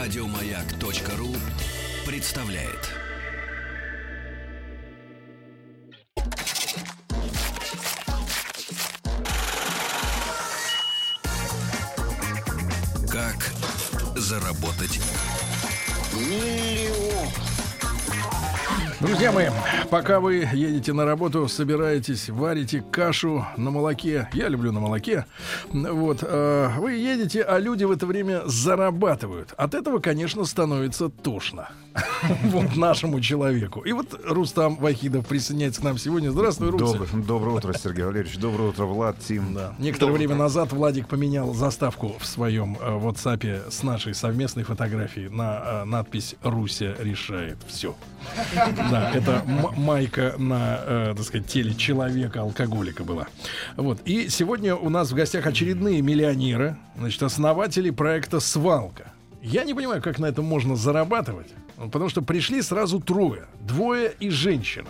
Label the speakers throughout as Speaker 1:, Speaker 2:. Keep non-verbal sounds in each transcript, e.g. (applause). Speaker 1: Радиомаяк.ру представляет. Как заработать
Speaker 2: Друзья мои, пока вы едете на работу, собираетесь, варите кашу на молоке. Я люблю на молоке. Вот, э, вы едете, а люди в это время зарабатывают. От этого, конечно, становится тошно. (laughs) Вот нашему человеку. И вот Рустам Вахидов присоединяется к нам сегодня. Здравствуй, Рустам.
Speaker 3: Доброе,
Speaker 4: ну,
Speaker 3: доброе утро, Сергей Валерьевич. Доброе утро, Влад, Тим.
Speaker 2: Да. Некоторое время назад Владик поменял заставку в своем э, WhatsApp с нашей совместной фотографией на э, надпись «Руся решает все». Да, это м- майка на, э, так сказать, теле человека-алкоголика была. Вот. И сегодня у нас в гостях очередные миллионеры, значит, основатели проекта «Свалка». Я не понимаю, как на этом можно зарабатывать. ну, Потому что пришли сразу трое. Двое и женщина.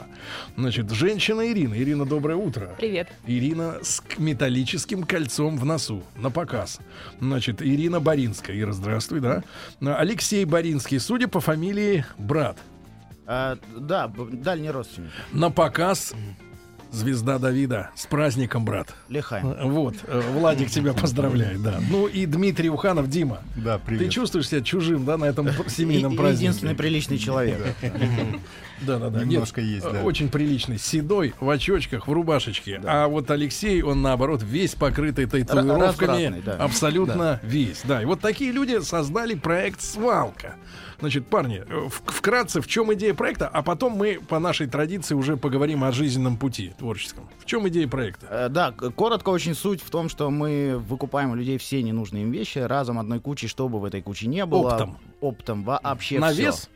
Speaker 2: Значит, женщина Ирина. Ирина, доброе утро.
Speaker 4: Привет.
Speaker 2: Ирина с к- металлическим кольцом в носу на показ. Значит, Ирина Боринская. Ира, здравствуй, да. А, Алексей Боринский, судя по фамилии, брат.
Speaker 5: А, да, б- дальний родственник.
Speaker 2: На показ звезда Давида. С праздником, брат.
Speaker 5: Лихаем.
Speaker 2: Вот, э, Владик
Speaker 5: (laughs)
Speaker 2: тебя поздравляет, да. Ну и Дмитрий Уханов, Дима.
Speaker 3: Да, привет.
Speaker 2: Ты чувствуешь себя чужим, да, на
Speaker 5: (laughs)
Speaker 2: этом пр-
Speaker 5: И-
Speaker 2: семейном
Speaker 5: и
Speaker 2: празднике?
Speaker 5: единственный приличный человек.
Speaker 2: Да, да, да.
Speaker 3: Немножко есть,
Speaker 2: э,
Speaker 3: да.
Speaker 2: Очень приличный, седой, в очочках, в рубашечке. А вот Алексей, он наоборот, весь покрытый татуировками.
Speaker 5: развратный, да.
Speaker 2: Абсолютно весь. Да, и вот такие люди создали проект «Свалка». Значит, парни, э, в- вкратце, в чем идея проекта, а потом мы по нашей традиции уже поговорим о жизненном пути творческом. В чем идея проекта?
Speaker 5: Э, Да, к- коротко очень суть в том, что мы выкупаем у людей все ненужные им вещи разом одной кучи, чтобы в этой куче не было.
Speaker 2: Оптом.
Speaker 5: Оптом вообще
Speaker 2: На
Speaker 5: всё.
Speaker 2: вес?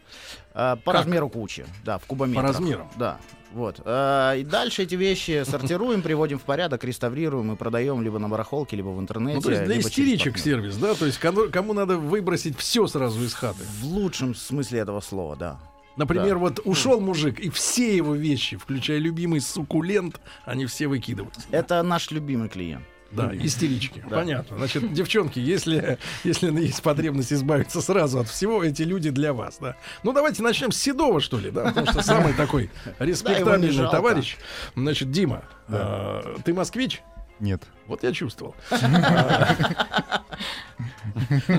Speaker 5: Э, По
Speaker 2: Как?
Speaker 5: размеру кучи, да, в кубометрах.
Speaker 2: размерам?
Speaker 5: Да. Вот. Э, И дальше эти вещи сортируем, приводим в порядок, реставрируем и продаем либо на барахолке, либо в интернете.
Speaker 2: Ну, то есть для
Speaker 5: либо через
Speaker 2: истеричек
Speaker 5: партнёра.
Speaker 2: сервис, да? То есть кому, кому надо выбросить все сразу из хаты.
Speaker 5: В лучшем смысле этого слова, да.
Speaker 2: Например,
Speaker 5: Да.
Speaker 2: вот ушел мужик, и все его вещи, включая любимый суккулент, они все выкидывают.
Speaker 5: Это наш любимый клиент.
Speaker 2: Да, истерички.
Speaker 5: Да.
Speaker 2: Понятно. Значит, девчонки, если, если есть потребность избавиться сразу от всего, эти люди для вас, да. Ну, давайте начнем с Седова, что ли, да, потому что самый такой
Speaker 5: Да, его не
Speaker 2: респектабельный
Speaker 5: жалко.
Speaker 2: товарищ. Значит, Дима, э, ты москвич?
Speaker 3: Нет.
Speaker 2: Вот я чувствовал. А,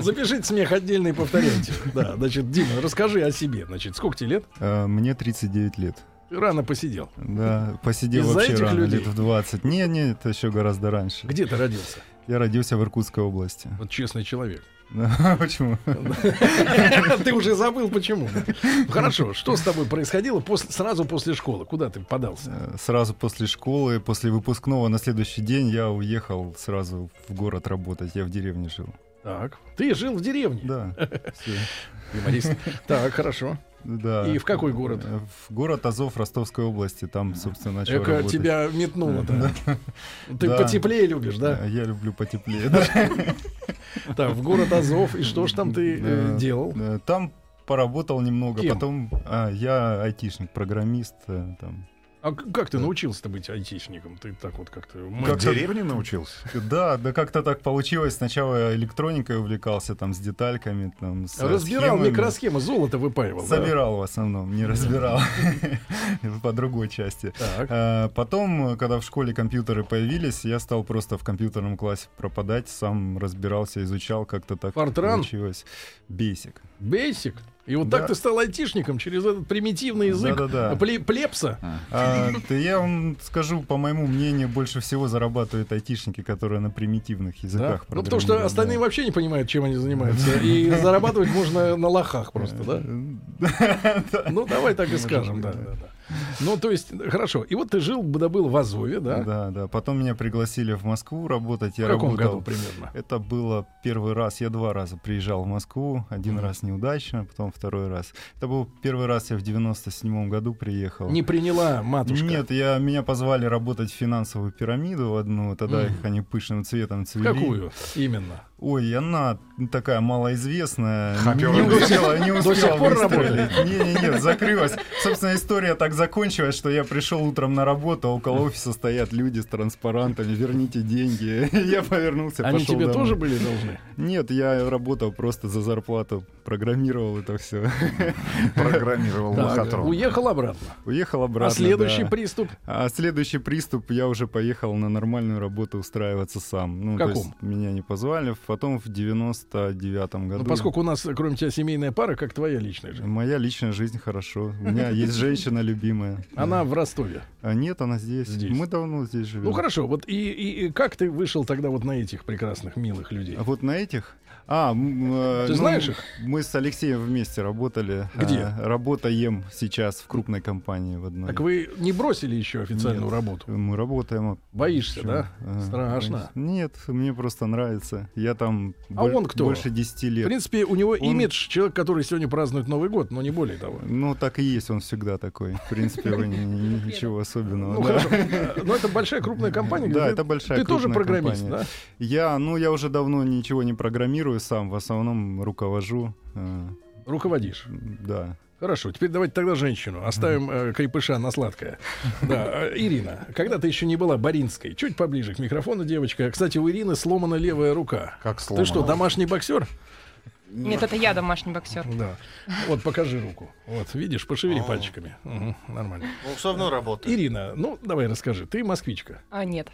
Speaker 2: Запишите смех отдельно и повторяйте. Да, значит, Дима, расскажи о себе. Значит, сколько тебе лет?
Speaker 3: Э, Мне 39 лет.
Speaker 2: Рано посидел.
Speaker 3: Да, посидел
Speaker 2: Из-за
Speaker 3: вообще
Speaker 2: этих
Speaker 3: рано,
Speaker 2: людей?
Speaker 3: лет в 20. Не, не, это еще гораздо раньше.
Speaker 2: Где ты родился?
Speaker 3: Я родился в Иркутской области. (laughs)
Speaker 2: Вот честный человек.
Speaker 3: Да, Почему?
Speaker 2: Ты уже забыл, почему. Хорошо, что с тобой происходило пос- сразу после школы? Куда ты подался?
Speaker 3: Э, Сразу после школы, после выпускного, на следующий день я уехал сразу в город работать. Я в деревне жил.
Speaker 2: Так. Ты жил в деревне?
Speaker 3: Да. всё.
Speaker 2: Юморист. Так, хорошо.
Speaker 3: Да.
Speaker 2: И в какой город?
Speaker 3: Э, В город Азов Ростовской области. Там, собственно, начал
Speaker 2: Эко
Speaker 3: работать.
Speaker 2: тебя
Speaker 3: (laughs)
Speaker 2: метнуло-то. Ты
Speaker 3: Да.
Speaker 2: потеплее любишь,
Speaker 3: Да,
Speaker 2: да?
Speaker 3: Я
Speaker 2: (laughs)
Speaker 3: люблю потеплее.
Speaker 2: Так, в город Азов. И что ж там ты э,
Speaker 3: Да,
Speaker 2: делал?
Speaker 3: да, Там поработал немного,
Speaker 2: Кем?
Speaker 3: потом а, я айтишник, программист. э, Там.
Speaker 2: А к- как ты научился-то быть айтишником? Ты так вот как-то... мы-
Speaker 3: Как-то-
Speaker 6: деревне научился?
Speaker 3: Да, да как-то так получилось. Сначала я электроникой увлекался, там с детальками, там с э,
Speaker 2: Разбирал
Speaker 3: схемами.
Speaker 2: микросхемы, золото выпаивал. да?
Speaker 3: Собирал в основном,
Speaker 2: (laughs)
Speaker 3: не разбирал. (laughs) По другой части.
Speaker 2: Так.
Speaker 3: А, Потом, э, когда в школе компьютеры появились, я стал просто в компьютерном классе пропадать, сам разбирался, изучал, как-то так
Speaker 2: Фортран?
Speaker 3: получилось. Бейсик.
Speaker 2: Бейсик. И вот
Speaker 3: Да.
Speaker 2: так ты стал айтишником через этот примитивный язык
Speaker 3: Да-да-да.
Speaker 2: пле- плепса.
Speaker 3: А, да я вам скажу, по моему мнению, больше всего зарабатывают айтишники, которые на примитивных
Speaker 2: Да?
Speaker 3: языках.
Speaker 2: Ну, потому что
Speaker 3: программируют,
Speaker 2: остальные
Speaker 3: да.
Speaker 2: вообще не понимают, чем они занимаются.
Speaker 3: (laughs)
Speaker 2: И зарабатывать можно на лохах просто, да? Ну, давай так и скажем, да.
Speaker 3: быть,
Speaker 2: да, да. Ну, то есть, хорошо. И вот ты жил, да, был в Азове,
Speaker 3: Да,
Speaker 2: да?
Speaker 3: да, Потом меня пригласили в Москву работать.
Speaker 2: В
Speaker 3: Я
Speaker 2: каком
Speaker 3: работал.
Speaker 2: году примерно?
Speaker 3: Это было первый раз. Я два раза приезжал в Москву. Один раз неудачно, потом второй раз. Это был первый раз я в 97 году приехал.
Speaker 2: Не приняла матушка.
Speaker 3: Нет, я, меня позвали работать в финансовую пирамиду в одну. Тогда их они пышным цветом
Speaker 2: В
Speaker 3: цвели.
Speaker 2: Какую именно?
Speaker 3: Ой, она такая малоизвестная.
Speaker 6: Хапер.
Speaker 3: Не успела, не
Speaker 2: До сих
Speaker 3: успела
Speaker 2: пор
Speaker 3: выстрелить. Не, не, нет, закрылась. Собственно, история так закончилось, что я пришел утром на работу, а около офиса стоят люди с транспарантами, верните деньги. (laughs) Я повернулся,
Speaker 2: Они
Speaker 3: пошел
Speaker 2: тебе
Speaker 3: домой.
Speaker 2: тоже были
Speaker 3: (laughs)
Speaker 2: должны?
Speaker 3: Нет, я работал просто за зарплату, программировал это все.
Speaker 4: Программировал
Speaker 2: Так,
Speaker 4: лохотрон.
Speaker 2: уехал обратно.
Speaker 3: (laughs) Уехал обратно.
Speaker 2: а следующий
Speaker 3: да.
Speaker 2: приступ
Speaker 3: А следующий приступ я уже поехал на нормальную работу устраиваться сам. Ну,
Speaker 2: В
Speaker 3: то
Speaker 2: каком?
Speaker 3: есть меня не позвали. Потом в 99-м году.
Speaker 2: Ну, поскольку у нас, э, кроме тебя, семейная пара, как твоя личная жизнь.
Speaker 3: Моя личная жизнь хорошо. У меня есть женщина любимая.
Speaker 2: Она в Ростове.
Speaker 3: А нет, она здесь.
Speaker 2: Здесь.
Speaker 3: Мы давно здесь живем.
Speaker 2: Ну хорошо, вот и, и- и как ты вышел тогда вот на этих прекрасных, милых людей?
Speaker 3: А вот на этих. А, м, э,
Speaker 2: Ты
Speaker 3: ну,
Speaker 2: знаешь их?
Speaker 3: Мы с Алексеем вместе работали.
Speaker 2: Где?
Speaker 3: А, Работаем сейчас в крупной компании в одной.
Speaker 2: Так вы не бросили еще официальную
Speaker 3: Нет.
Speaker 2: работу?
Speaker 3: Мы работаем. а
Speaker 2: Боишься,
Speaker 3: чё?
Speaker 2: да?
Speaker 3: А,
Speaker 2: Страшно.
Speaker 3: боюсь. Нет, мне просто нравится. Я там
Speaker 2: А
Speaker 3: боль-
Speaker 2: он кто?
Speaker 3: больше 10
Speaker 2: В
Speaker 3: лет.
Speaker 2: принципе, у него
Speaker 3: Он-
Speaker 2: имидж человек, который сегодня празднует Новый год, но не более того.
Speaker 3: Ну, так и есть, он всегда такой. В принципе, вы ни- ни- ничего особенного.
Speaker 2: Ну
Speaker 3: да.
Speaker 2: хорошо. Э, Но это большая крупная компания.
Speaker 3: Да,
Speaker 2: где-
Speaker 3: это большая
Speaker 2: Ты тоже
Speaker 3: крупная
Speaker 2: программист,
Speaker 3: компания.
Speaker 2: да?
Speaker 3: Я, ну, я уже давно ничего не программирую сам, в основном руковожу. э,
Speaker 2: Руководишь.
Speaker 3: Да.
Speaker 2: Хорошо, теперь давайте тогда женщину. Оставим э, крепыша на сладкое. Да, э, Ирина, когда ты еще не была Баринской, чуть поближе к микрофону, девочка. Кстати, у Ирины сломана левая рука.
Speaker 4: Как
Speaker 2: Ты что,
Speaker 4: сломано.
Speaker 2: домашний боксер?
Speaker 6: Нет, это я домашний боксер.
Speaker 2: Да. Вот покажи руку. Вот, видишь, пошевели пальчиками. Мгм, нормально.
Speaker 7: Ну, все равно работает.
Speaker 2: Ирина, ну давай расскажи. Ты москвичка?
Speaker 6: А, нет.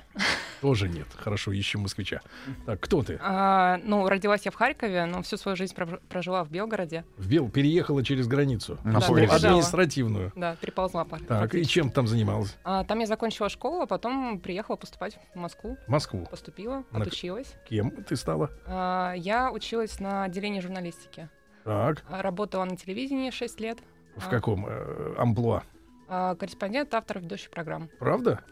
Speaker 2: Тоже нет. Хорошо, ищем москвича. Так, кто ты?
Speaker 6: А, ну, родилась я в Харькове, но всю свою жизнь пров- прожила в Белгороде.
Speaker 2: В Бел переехала через границу.
Speaker 4: На
Speaker 6: Да,
Speaker 4: поезде.
Speaker 6: перебежала.
Speaker 2: Административную.
Speaker 6: Да, переползла пар-
Speaker 2: Так, и
Speaker 6: практически.
Speaker 2: чем там занималась?
Speaker 6: А, там я закончила школу, а потом приехала поступать в Москву.
Speaker 2: В Москву.
Speaker 6: Поступила,
Speaker 2: На-
Speaker 6: отучилась.
Speaker 2: Кем ты стала?
Speaker 6: А, я училась на отделении журналистики.
Speaker 2: Так,
Speaker 6: А, Работала на телевидении 6 лет.
Speaker 2: в
Speaker 6: А.
Speaker 2: каком э, амплуа?
Speaker 6: А, корреспондент, автор ведущий программ.
Speaker 2: Правда?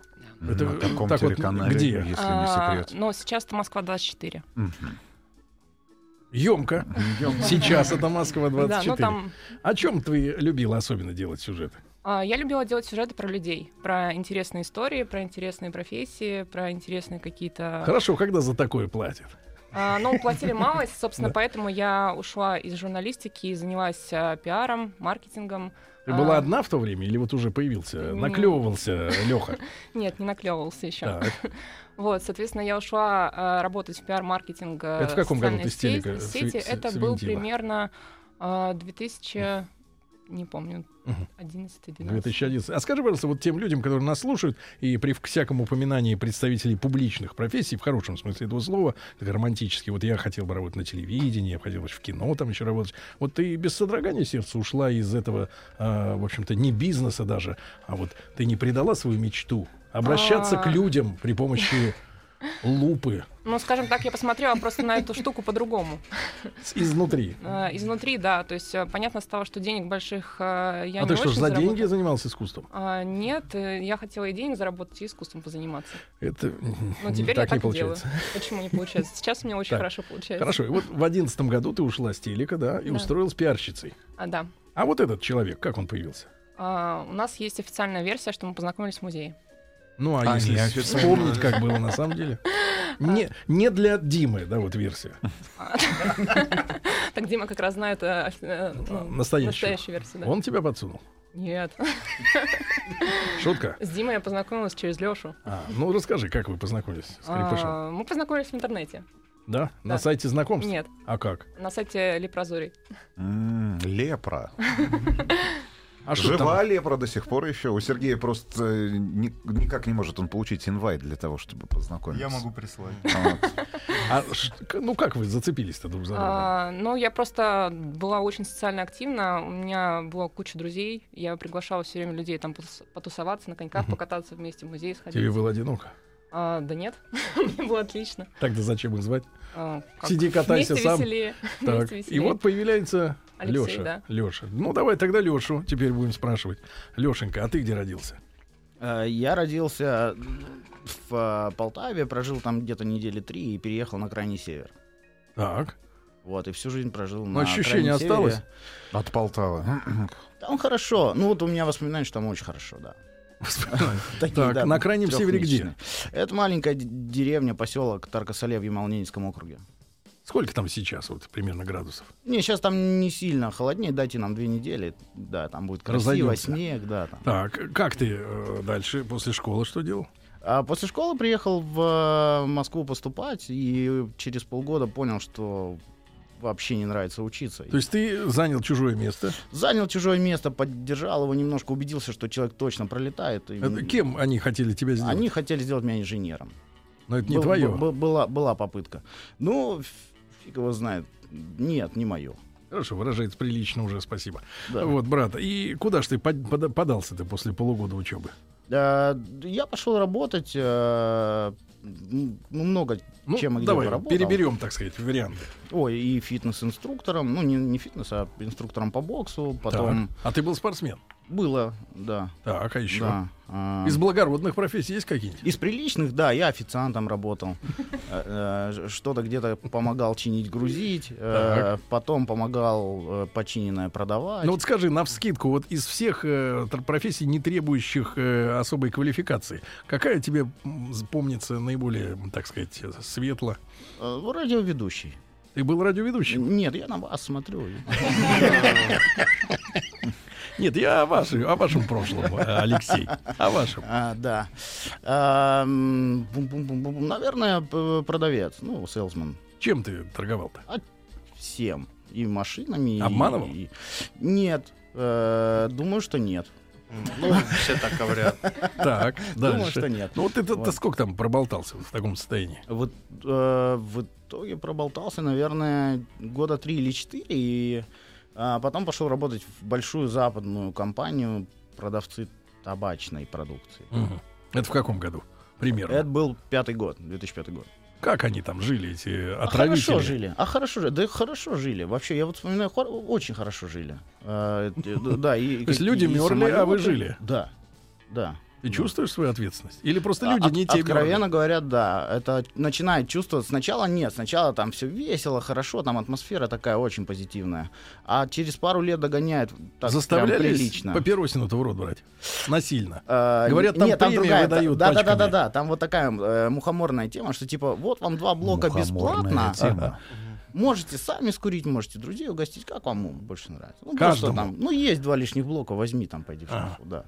Speaker 2: Это
Speaker 4: На каком
Speaker 2: так вот,
Speaker 4: телеканале,
Speaker 2: где?
Speaker 4: если
Speaker 6: А,
Speaker 4: не секрет?
Speaker 6: но сейчас это Москва-24.
Speaker 4: Мгм.
Speaker 2: Емко. Сейчас это Москва-24.
Speaker 6: Да, ну там...
Speaker 2: О чем ты любила особенно делать сюжет?
Speaker 6: а, я любила делать сюжеты про людей, про интересные истории, про интересные профессии, про интересные какие-то...
Speaker 2: Хорошо, когда за такое платят?
Speaker 6: А, Ну,
Speaker 2: (laughs)
Speaker 6: платили мало, и, собственно, поэтому я ушла из журналистики и занялась а, пиаром, маркетингом.
Speaker 2: Ты
Speaker 6: А.
Speaker 2: была одна в то время или вот уже появился,
Speaker 6: Нет. (laughs)
Speaker 2: наклевывался Леха?
Speaker 6: Нет, не наклевывался еще.
Speaker 2: Так,
Speaker 6: Вот, соответственно, я ушла а, работать в пиар-маркетинг. а,
Speaker 2: Это в каком году
Speaker 6: социальной
Speaker 2: ты э, с телека
Speaker 6: сети- сети.
Speaker 2: сви-
Speaker 6: Это был
Speaker 2: свинтила?
Speaker 6: примерно а, 2000, не помню,
Speaker 2: Мгм.
Speaker 6: 11-12.
Speaker 2: 2011. А скажи, пожалуйста, вот тем людям, которые нас слушают, и при всяком упоминании представителей публичных профессий, в хорошем смысле этого слова, так романтически, вот я хотел бы работать на телевидении, я бы хотел бы в кино там еще работать. Вот ты без содрогания сердца ушла из этого, а, в общем-то, не бизнеса даже, а вот ты не предала свою мечту обращаться к
Speaker 6: А.
Speaker 2: людям при помощи лупы
Speaker 6: Ну, скажем так, я посмотрела просто на эту штуку по-другому.
Speaker 2: с- изнутри.
Speaker 6: А, Изнутри, да, то есть а, понятно стало, что денег больших а, я
Speaker 2: а
Speaker 6: не
Speaker 2: ты что ж,
Speaker 6: очень
Speaker 2: за
Speaker 6: заработала.
Speaker 2: деньги занимался искусством?
Speaker 6: А, Нет, э, я хотела и денег заработать, и искусством позаниматься.
Speaker 2: Это
Speaker 6: Но Ну, теперь
Speaker 2: так
Speaker 6: я
Speaker 2: не
Speaker 6: так и делаю.
Speaker 2: получается.
Speaker 6: (laughs) Почему не получается? Сейчас у меня очень
Speaker 2: Так.
Speaker 6: хорошо получается.
Speaker 2: Хорошо, и вот в одиннадцатом году ты ушла с телека, да, и
Speaker 6: Да.
Speaker 2: устроилась пиарщицей.
Speaker 6: А, да.
Speaker 2: А вот этот человек, как он появился?
Speaker 6: А, у нас есть официальная версия, что мы познакомились в музее. (laughs)
Speaker 2: Ну, а,
Speaker 4: А,
Speaker 2: если
Speaker 4: неофициально.
Speaker 2: вспомнить, как было (laughs) на самом деле? Не, не для Димы, да, вот версия.
Speaker 6: Так Дима как раз знает э, офи- э, ну,
Speaker 2: А, настоящую.
Speaker 6: версию. да.
Speaker 2: Он тебя подсунул.
Speaker 6: Нет.
Speaker 2: Шутка.
Speaker 6: С Димой я познакомилась через Лешу.
Speaker 2: А, ну расскажи, как вы познакомились с Крепышем?
Speaker 6: А, мы познакомились в интернете.
Speaker 2: да? На
Speaker 6: да.
Speaker 2: сайте знакомств?
Speaker 6: Нет,
Speaker 2: А как?
Speaker 6: на сайте Лепрозорий.
Speaker 4: М, Лепра.
Speaker 2: А что
Speaker 4: Жива
Speaker 2: там?
Speaker 4: лепра до сих пор еще. У Сергея просто э, ни- никак не может он получить инвайт для того, чтобы познакомиться.
Speaker 3: Я могу прислать.
Speaker 4: Вот.
Speaker 2: А ш- к- ну как вы зацепились-то друг за друга?
Speaker 6: А, ну, я просто была очень социально активна. У меня была куча друзей. Я приглашала все время людей там потус- потусоваться на коньках,
Speaker 2: Мгм.
Speaker 6: покататься вместе в музей сходить.
Speaker 2: Тебе было одиноко.
Speaker 6: А, да нет, (laughs) мне было отлично.
Speaker 2: Тогда зачем их звать?
Speaker 6: А, как?
Speaker 2: Сиди, катайся
Speaker 6: Вместе
Speaker 2: сам.
Speaker 6: веселее.
Speaker 2: Так.
Speaker 6: Вместе
Speaker 2: И
Speaker 6: веселее.
Speaker 2: вот появляется
Speaker 6: Алексей,
Speaker 2: Леша.
Speaker 6: да.
Speaker 2: Леша. Ну давай тогда Лешу. Теперь будем спрашивать. Лешенька, а ты где родился?
Speaker 5: Э, Я родился э, в э, Полтаве, прожил там где-то недели три и переехал на крайний север.
Speaker 2: Так. (laughs)
Speaker 5: Вот, и всю жизнь прожил
Speaker 2: Но
Speaker 5: на
Speaker 2: ощущение
Speaker 5: крайнем севере.
Speaker 2: осталось?
Speaker 4: От Полтавы.
Speaker 5: Там хорошо. Ну вот у меня воспоминания, что там очень хорошо, да. (laughs) Такие,
Speaker 2: Так,
Speaker 5: да,
Speaker 2: на крайнем севере где?
Speaker 5: трёхмесячные. Это маленькая д- деревня, поселок Таркасале в Ямалнинском округе.
Speaker 2: Сколько там сейчас вот примерно градусов?
Speaker 5: Не, сейчас там не сильно холоднее, дайте нам две недели. Да, там будет красиво,
Speaker 2: Разойдёмся.
Speaker 5: снег, да. Там.
Speaker 2: Так, как ты э, дальше после школы что делал?
Speaker 5: А после школы приехал в э, Москву поступать и через полгода понял, что вообще не нравится учиться.
Speaker 2: То есть ты занял чужое место.
Speaker 5: Занял чужое место, поддержал его немножко, убедился, что человек точно пролетает. и-
Speaker 2: Это Э, кем они хотели тебя сделать?
Speaker 5: Они хотели сделать меня инженером.
Speaker 2: Но это не
Speaker 5: Был-
Speaker 2: твое.
Speaker 5: б- б- была, была попытка. Ну, фиг его знает. Нет, не мое.
Speaker 2: Хорошо, выражается прилично уже, спасибо.
Speaker 5: Да.
Speaker 2: Вот, брат, и куда ж ты под- пода- подался ты после полугода учебы?
Speaker 5: Э, Я пошел работать. э, м- много
Speaker 2: Ну,
Speaker 5: чем и где
Speaker 2: давай,
Speaker 5: поработал.
Speaker 2: переберем, так сказать, варианты.
Speaker 5: Ой, и фитнес-инструктором. Ну, не, не фитнес, а инструктором по боксу. Потом
Speaker 2: Так. А ты был спортсмен?
Speaker 5: было, да.
Speaker 2: Так, а еще?
Speaker 5: да, а,
Speaker 2: Из благородных профессий есть какие-нибудь?
Speaker 5: из приличных, да, я официантом
Speaker 2: (laughs)
Speaker 5: работал. Э, э, Что-то где-то помогал чинить, грузить. э, Потом помогал э, починенное продавать.
Speaker 2: Ну вот скажи, навскидку, вот из всех э, тр- профессий, не требующих э, особой квалификации, какая тебе м, помнится наиболее, м, так сказать, э, светло?
Speaker 5: Э, Радиоведущий.
Speaker 2: Ты был радиоведущим?
Speaker 5: Нет, я на
Speaker 2: (laughs)
Speaker 5: вас смотрю.
Speaker 2: Нет, я о, вашей- о вашем прошлом, э, Алексей. О вашем.
Speaker 5: А, да. А, м, бум-бум-бум-бум. Наверное, п- продавец, ну, селсман.
Speaker 2: Чем ты торговал-то?
Speaker 5: Всем. И машинами. и-
Speaker 2: Обманывал?
Speaker 5: и- Нет. Э, думаю, что нет.
Speaker 7: Ну, все так говорят.
Speaker 2: Так,
Speaker 5: Думаю, что
Speaker 2: дальше.
Speaker 5: нет.
Speaker 2: Ну вот ты ты
Speaker 5: Вот.
Speaker 2: сколько там проболтался вот в таком состоянии?
Speaker 5: Вот, э, в итоге проболтался, наверное, года три или четыре, и а, потом пошел работать в большую западную компанию продавцы табачной продукции.
Speaker 2: Мгм. Это в каком году? Примерно.
Speaker 5: Это был пятый год, 2005 год.
Speaker 2: Как они там жили, эти
Speaker 5: А
Speaker 2: отравители?
Speaker 5: Хорошо жили. А хорошо жили. Да хорошо жили. Вообще, я вот вспоминаю, хор- очень хорошо жили. Э, д- д- Да, и...
Speaker 2: То есть люди
Speaker 5: какие
Speaker 2: мерли, а вы
Speaker 5: самолеты.
Speaker 2: жили?
Speaker 5: Да. Да.
Speaker 2: Ты чувствуешь свою ответственность? Или просто люди
Speaker 5: А, От-
Speaker 2: не те
Speaker 5: Откровенно говоря, да. Это начинает чувствовать. Сначала нет, сначала там все весело, хорошо, там атмосфера такая очень позитивная. А через пару лет догоняет так прям
Speaker 2: Заставляли
Speaker 5: прилично.
Speaker 2: папиросину-то в рот брать? Насильно.
Speaker 5: Э,
Speaker 2: Говорят, там
Speaker 5: нет, там
Speaker 2: премии
Speaker 5: другая,
Speaker 2: выдают
Speaker 5: Да, да, да, да,
Speaker 2: пачками.
Speaker 5: да. Там вот такая э, мухоморная тема, что типа вот вам два блока
Speaker 4: Мухоморная
Speaker 5: бесплатно.
Speaker 4: тема.
Speaker 5: Можете сами скурить, можете друзей угостить, как вам больше нравится. Ну,
Speaker 2: Каждому.
Speaker 5: просто там, ну, есть два лишних блока, возьми там, пойди в
Speaker 2: Ага.
Speaker 5: шкафу, да.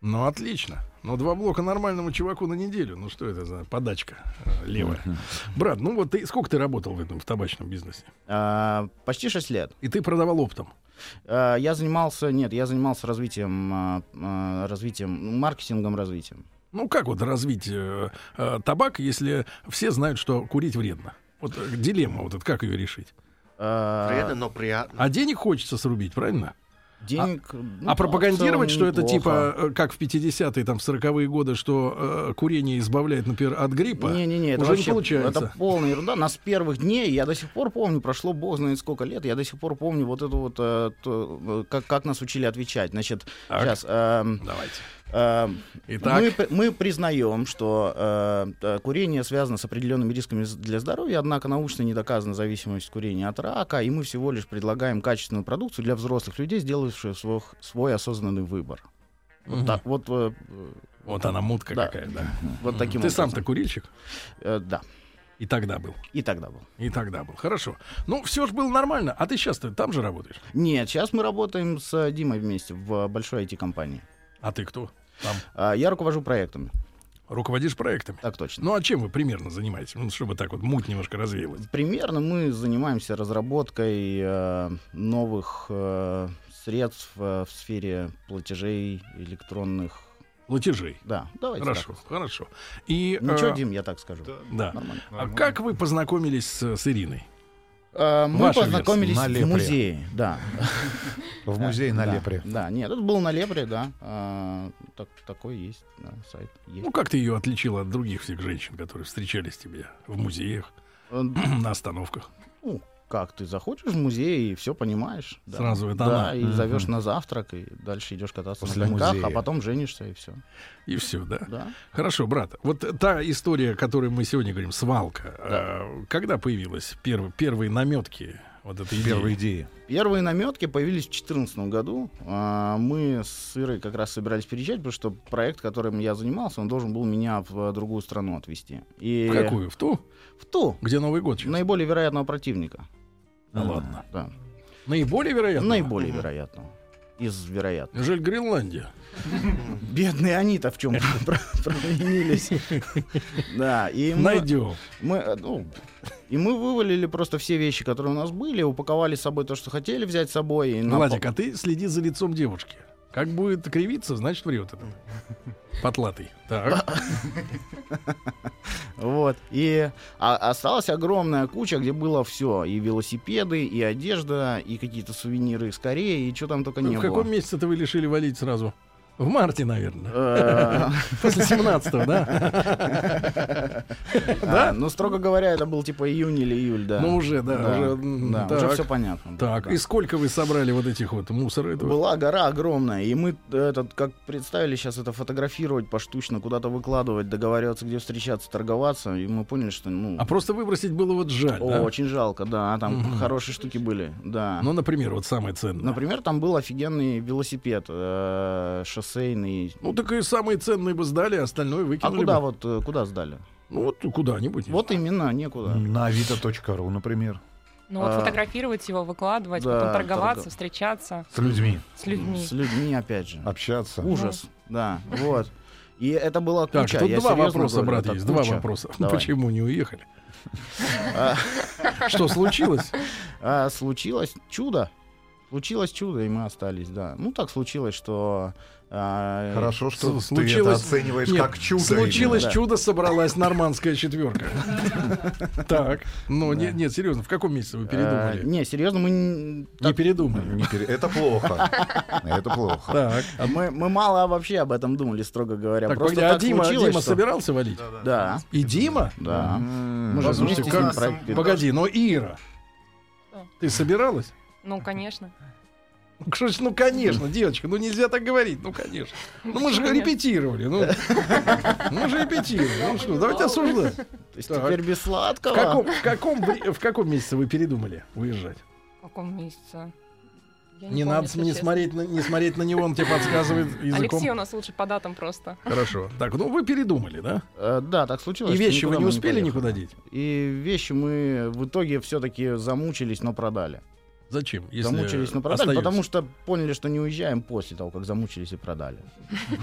Speaker 2: Ну, отлично. Но два блока нормальному чуваку на неделю. Ну, что это за подачка э, левая? Брат, ну вот ты сколько ты работал в этом в табачном бизнесе?
Speaker 5: А, почти 6 лет.
Speaker 2: И ты продавал оптом.
Speaker 5: А, я занимался, нет, я занимался развитием, а, а, развитием, ну, маркетингом развитием.
Speaker 2: Ну, как вот развить э, э, табак, если все знают, что курить вредно? Вот э, дилемма вот эта, как ее решить?
Speaker 5: А,
Speaker 7: Вредно, но приятно.
Speaker 2: А денег хочется срубить, правильно?
Speaker 5: денег... ну,
Speaker 2: а пропагандировать,
Speaker 5: в целом
Speaker 2: что это
Speaker 5: неплохо.
Speaker 2: типа, э, как в 50-е, там, 40-е годы, что э, курение избавляет, например, от гриппа,
Speaker 5: Не-не-не,
Speaker 2: типа?
Speaker 5: это
Speaker 2: уже
Speaker 5: вообще
Speaker 2: не получается.
Speaker 5: Это полная ерунда. Нас с первых дней, я до сих пор помню, прошло бог знает сколько лет, я до сих пор помню вот это вот, э, то, э, как, как нас учили отвечать. Значит, эм,
Speaker 2: Так.
Speaker 5: сейчас...
Speaker 2: Давайте. Итак,
Speaker 5: Мы, п- мы признаем, что э, э, курение связано с определенными рисками з- для здоровья, однако научно не доказана зависимость курения от рака, и мы всего лишь предлагаем качественную продукцию для взрослых людей, сделавших свой, свой осознанный выбор.
Speaker 2: мгм.
Speaker 5: Так, вот, э, э,
Speaker 2: вот она мутка
Speaker 5: Да.
Speaker 2: какая, да.
Speaker 5: вот таким
Speaker 2: Ты
Speaker 5: образом.
Speaker 2: сам-то курильщик?
Speaker 5: Э, да,
Speaker 2: И тогда был.
Speaker 5: и тогда был.
Speaker 2: И тогда был. Хорошо. Ну, все же было нормально. А ты сейчас-то там же работаешь?
Speaker 5: Нет, сейчас мы работаем с э, Димой вместе в э, большой IT-компании.
Speaker 2: А ты кто? Там
Speaker 5: А, я руковожу проектами,
Speaker 2: руководишь проектами.
Speaker 5: так точно.
Speaker 2: Ну, а чем вы примерно занимаетесь? Ну, чтобы так вот муть немножко развеялась.
Speaker 5: Примерно мы занимаемся разработкой э, новых э, средств э, в сфере платежей электронных.
Speaker 2: Платежей.
Speaker 5: Да, давайте.
Speaker 2: Хорошо,
Speaker 5: так.
Speaker 2: хорошо. И...
Speaker 5: Ничего,
Speaker 2: э,
Speaker 5: Дим, я так скажу.
Speaker 2: Да.
Speaker 5: Нормально.
Speaker 2: А как вы познакомились с, с Ириной?
Speaker 5: Э, мы
Speaker 2: Ваша
Speaker 5: познакомились
Speaker 4: версия. На
Speaker 5: в
Speaker 4: лепре.
Speaker 5: музее, да.
Speaker 4: В музее на
Speaker 5: Да,
Speaker 4: Лепре.
Speaker 5: Да, нет, это был на Лепре, да. А, так- такой есть, да, сайт есть.
Speaker 2: Ну, как ты ее отличила от других всех женщин, которые встречались тебе в музеях, (clears throat)
Speaker 5: Э,
Speaker 2: на остановках?
Speaker 5: Ну, как ты заходишь в музей и все понимаешь. да.
Speaker 2: Сразу это
Speaker 5: Да,
Speaker 2: она.
Speaker 5: и зовешь на завтрак, и дальше идешь кататься
Speaker 4: После
Speaker 5: на коньках,
Speaker 4: музея.
Speaker 5: а потом женишься, и все.
Speaker 2: И все, да?
Speaker 5: Да.
Speaker 2: Хорошо, брат. Вот та а, история, о которой мы сегодня говорим, свалка. э, когда появилась перв- первые наметки Вот это идея.
Speaker 4: Первые идеи.
Speaker 5: Первые наметки появились в 2014 году. А, Мы с Ирой как раз собирались переезжать, потому что проект, которым я занимался, он должен был меня в э, другую страну отвезти. И
Speaker 2: В какую? В ту?
Speaker 5: В ту.
Speaker 2: Где Новый год сейчас?
Speaker 5: Наиболее вероятного противника. А,
Speaker 2: Ну, ладно.
Speaker 5: Да.
Speaker 2: Наиболее вероятно?
Speaker 5: Наиболее
Speaker 7: Мгм.
Speaker 5: вероятного. Из вероятных.
Speaker 2: Жаль, Гренландия.
Speaker 5: Бедные они-то
Speaker 2: (laughs)
Speaker 5: в чем провинились. Да, и мы-
Speaker 2: Найдем.
Speaker 5: Мы, э, ну, и мы вывалили просто все вещи, которые у нас были, упаковали с собой то, что хотели взять с собой. И на
Speaker 2: Владик, а ты следи за лицом девушки. Как будет кривиться, значит врет это. Потлатый. Так.
Speaker 5: по- Вот. И а- осталась огромная куча, где было все. И велосипеды, и одежда, и какие-то сувениры из Кореи, и что там только не
Speaker 2: В
Speaker 5: было.
Speaker 2: каком месяце-то вы решили валить сразу? В марте, наверное. (laughs)
Speaker 5: Э,
Speaker 2: После 17-го, да?
Speaker 5: а, Ну, строго говоря, это был типа июнь или июль, да.
Speaker 2: Ну, уже, да.
Speaker 5: Да,
Speaker 2: уже, м,
Speaker 5: да,
Speaker 2: так.
Speaker 5: уже все понятно.
Speaker 2: Так,
Speaker 5: Да.
Speaker 2: и сколько вы собрали вот этих вот мусора этого?
Speaker 5: Была гора огромная, и мы э, этот, как представили сейчас это фотографировать поштучно, куда-то выкладывать, договариваться, где встречаться, торговаться, и мы поняли, что ну
Speaker 2: А просто выбросить было вот жаль,
Speaker 5: о,
Speaker 2: да?
Speaker 5: очень жалко, да, там
Speaker 2: Мгм.
Speaker 5: хорошие штуки были, да.
Speaker 2: Ну, например, вот самое ценное.
Speaker 5: Например, там был офигенный велосипед э, шоссейный.
Speaker 2: Ну, так и самые ценные бы сдали, а остальное
Speaker 5: А
Speaker 2: выкинули
Speaker 5: куда
Speaker 2: бы.
Speaker 5: вот э, куда сдали?
Speaker 2: Ну, вот куда-нибудь.
Speaker 5: Вот именно некуда.
Speaker 4: На авито.ру, например.
Speaker 6: Ну вот
Speaker 5: А.
Speaker 6: фотографировать его, выкладывать,
Speaker 5: Да,
Speaker 6: потом торговаться,
Speaker 5: торгов-
Speaker 6: встречаться
Speaker 4: С людьми.
Speaker 6: с людьми.
Speaker 5: С людьми опять же.
Speaker 4: Общаться.
Speaker 5: Ужас, да, вот. И это была куча.
Speaker 2: Так, тут
Speaker 5: я
Speaker 2: два
Speaker 5: серьезно
Speaker 2: вопроса,
Speaker 5: говорю,
Speaker 2: брат,
Speaker 5: это
Speaker 2: есть. Два
Speaker 5: куча.
Speaker 2: вопроса. (laughs)
Speaker 5: Давай.
Speaker 2: Почему не уехали?
Speaker 5: А.
Speaker 2: (laughs) Что случилось?
Speaker 5: А, случилось чудо. Случилось чудо, и мы остались, да. Ну, так случилось, что... а,
Speaker 4: Хорошо, что
Speaker 2: С-
Speaker 4: ты это
Speaker 2: случилось-
Speaker 4: оцениваешь
Speaker 2: Нет,
Speaker 4: как чудо.
Speaker 2: Случилось
Speaker 5: Да.
Speaker 2: чудо, собралась нормандская
Speaker 5: (laughs)
Speaker 2: четверка. Так, ну
Speaker 5: Да.
Speaker 2: не- нет, серьезно, в каком месяце вы
Speaker 5: э,
Speaker 2: передумали?
Speaker 5: не, серьезно, мы... н-
Speaker 2: Не
Speaker 5: так- (laughs)
Speaker 2: передумали.
Speaker 4: Не пере- Это плохо. Это плохо.
Speaker 2: Так, а-
Speaker 5: мы, мы мало вообще об этом думали, строго говоря.
Speaker 2: так,
Speaker 5: Просто
Speaker 2: погоди, а
Speaker 5: так
Speaker 2: Дима,
Speaker 5: случилось,
Speaker 2: Дима
Speaker 5: что-
Speaker 2: собирался валить?
Speaker 5: Да,
Speaker 2: И Дима?
Speaker 5: да.
Speaker 4: М,
Speaker 5: Мы же
Speaker 2: Послушайте,
Speaker 5: вместе с ним
Speaker 2: как-
Speaker 5: проект перед-
Speaker 2: Погоди, но Ира,
Speaker 6: Что?
Speaker 2: ты собиралась?
Speaker 6: Ну, конечно.
Speaker 2: Ну, что ж, ну, конечно, девочка, ну нельзя так говорить, ну, конечно. Ну, мы же
Speaker 6: Почему нет?
Speaker 2: репетировали, ну. Мы же репетировали, ну что, давайте осуждать.
Speaker 5: То есть
Speaker 2: Так.
Speaker 5: теперь без
Speaker 2: В
Speaker 5: сладкого.
Speaker 2: каком, в, каком, вре- в каком месяце вы передумали уезжать?
Speaker 6: В каком месяце? Я
Speaker 2: Не
Speaker 6: помню,
Speaker 2: надо
Speaker 6: если
Speaker 2: не
Speaker 6: честно.
Speaker 2: смотреть, на, не смотреть на него, он тебе подсказывает языком.
Speaker 6: Алексей у нас лучше по датам просто.
Speaker 2: Хорошо. Так, ну вы передумали, да?
Speaker 5: Э, да, так случилось.
Speaker 2: И
Speaker 5: что
Speaker 2: вещи вы
Speaker 5: никуда
Speaker 2: не
Speaker 5: мы
Speaker 2: успели
Speaker 5: поехали.
Speaker 2: никуда деть?
Speaker 5: И вещи мы в итоге все-таки замучились, но продали.
Speaker 2: Зачем? Если
Speaker 5: замучились, но продали,
Speaker 2: остается?
Speaker 5: потому что поняли, что не уезжаем после того, как замучились и продали.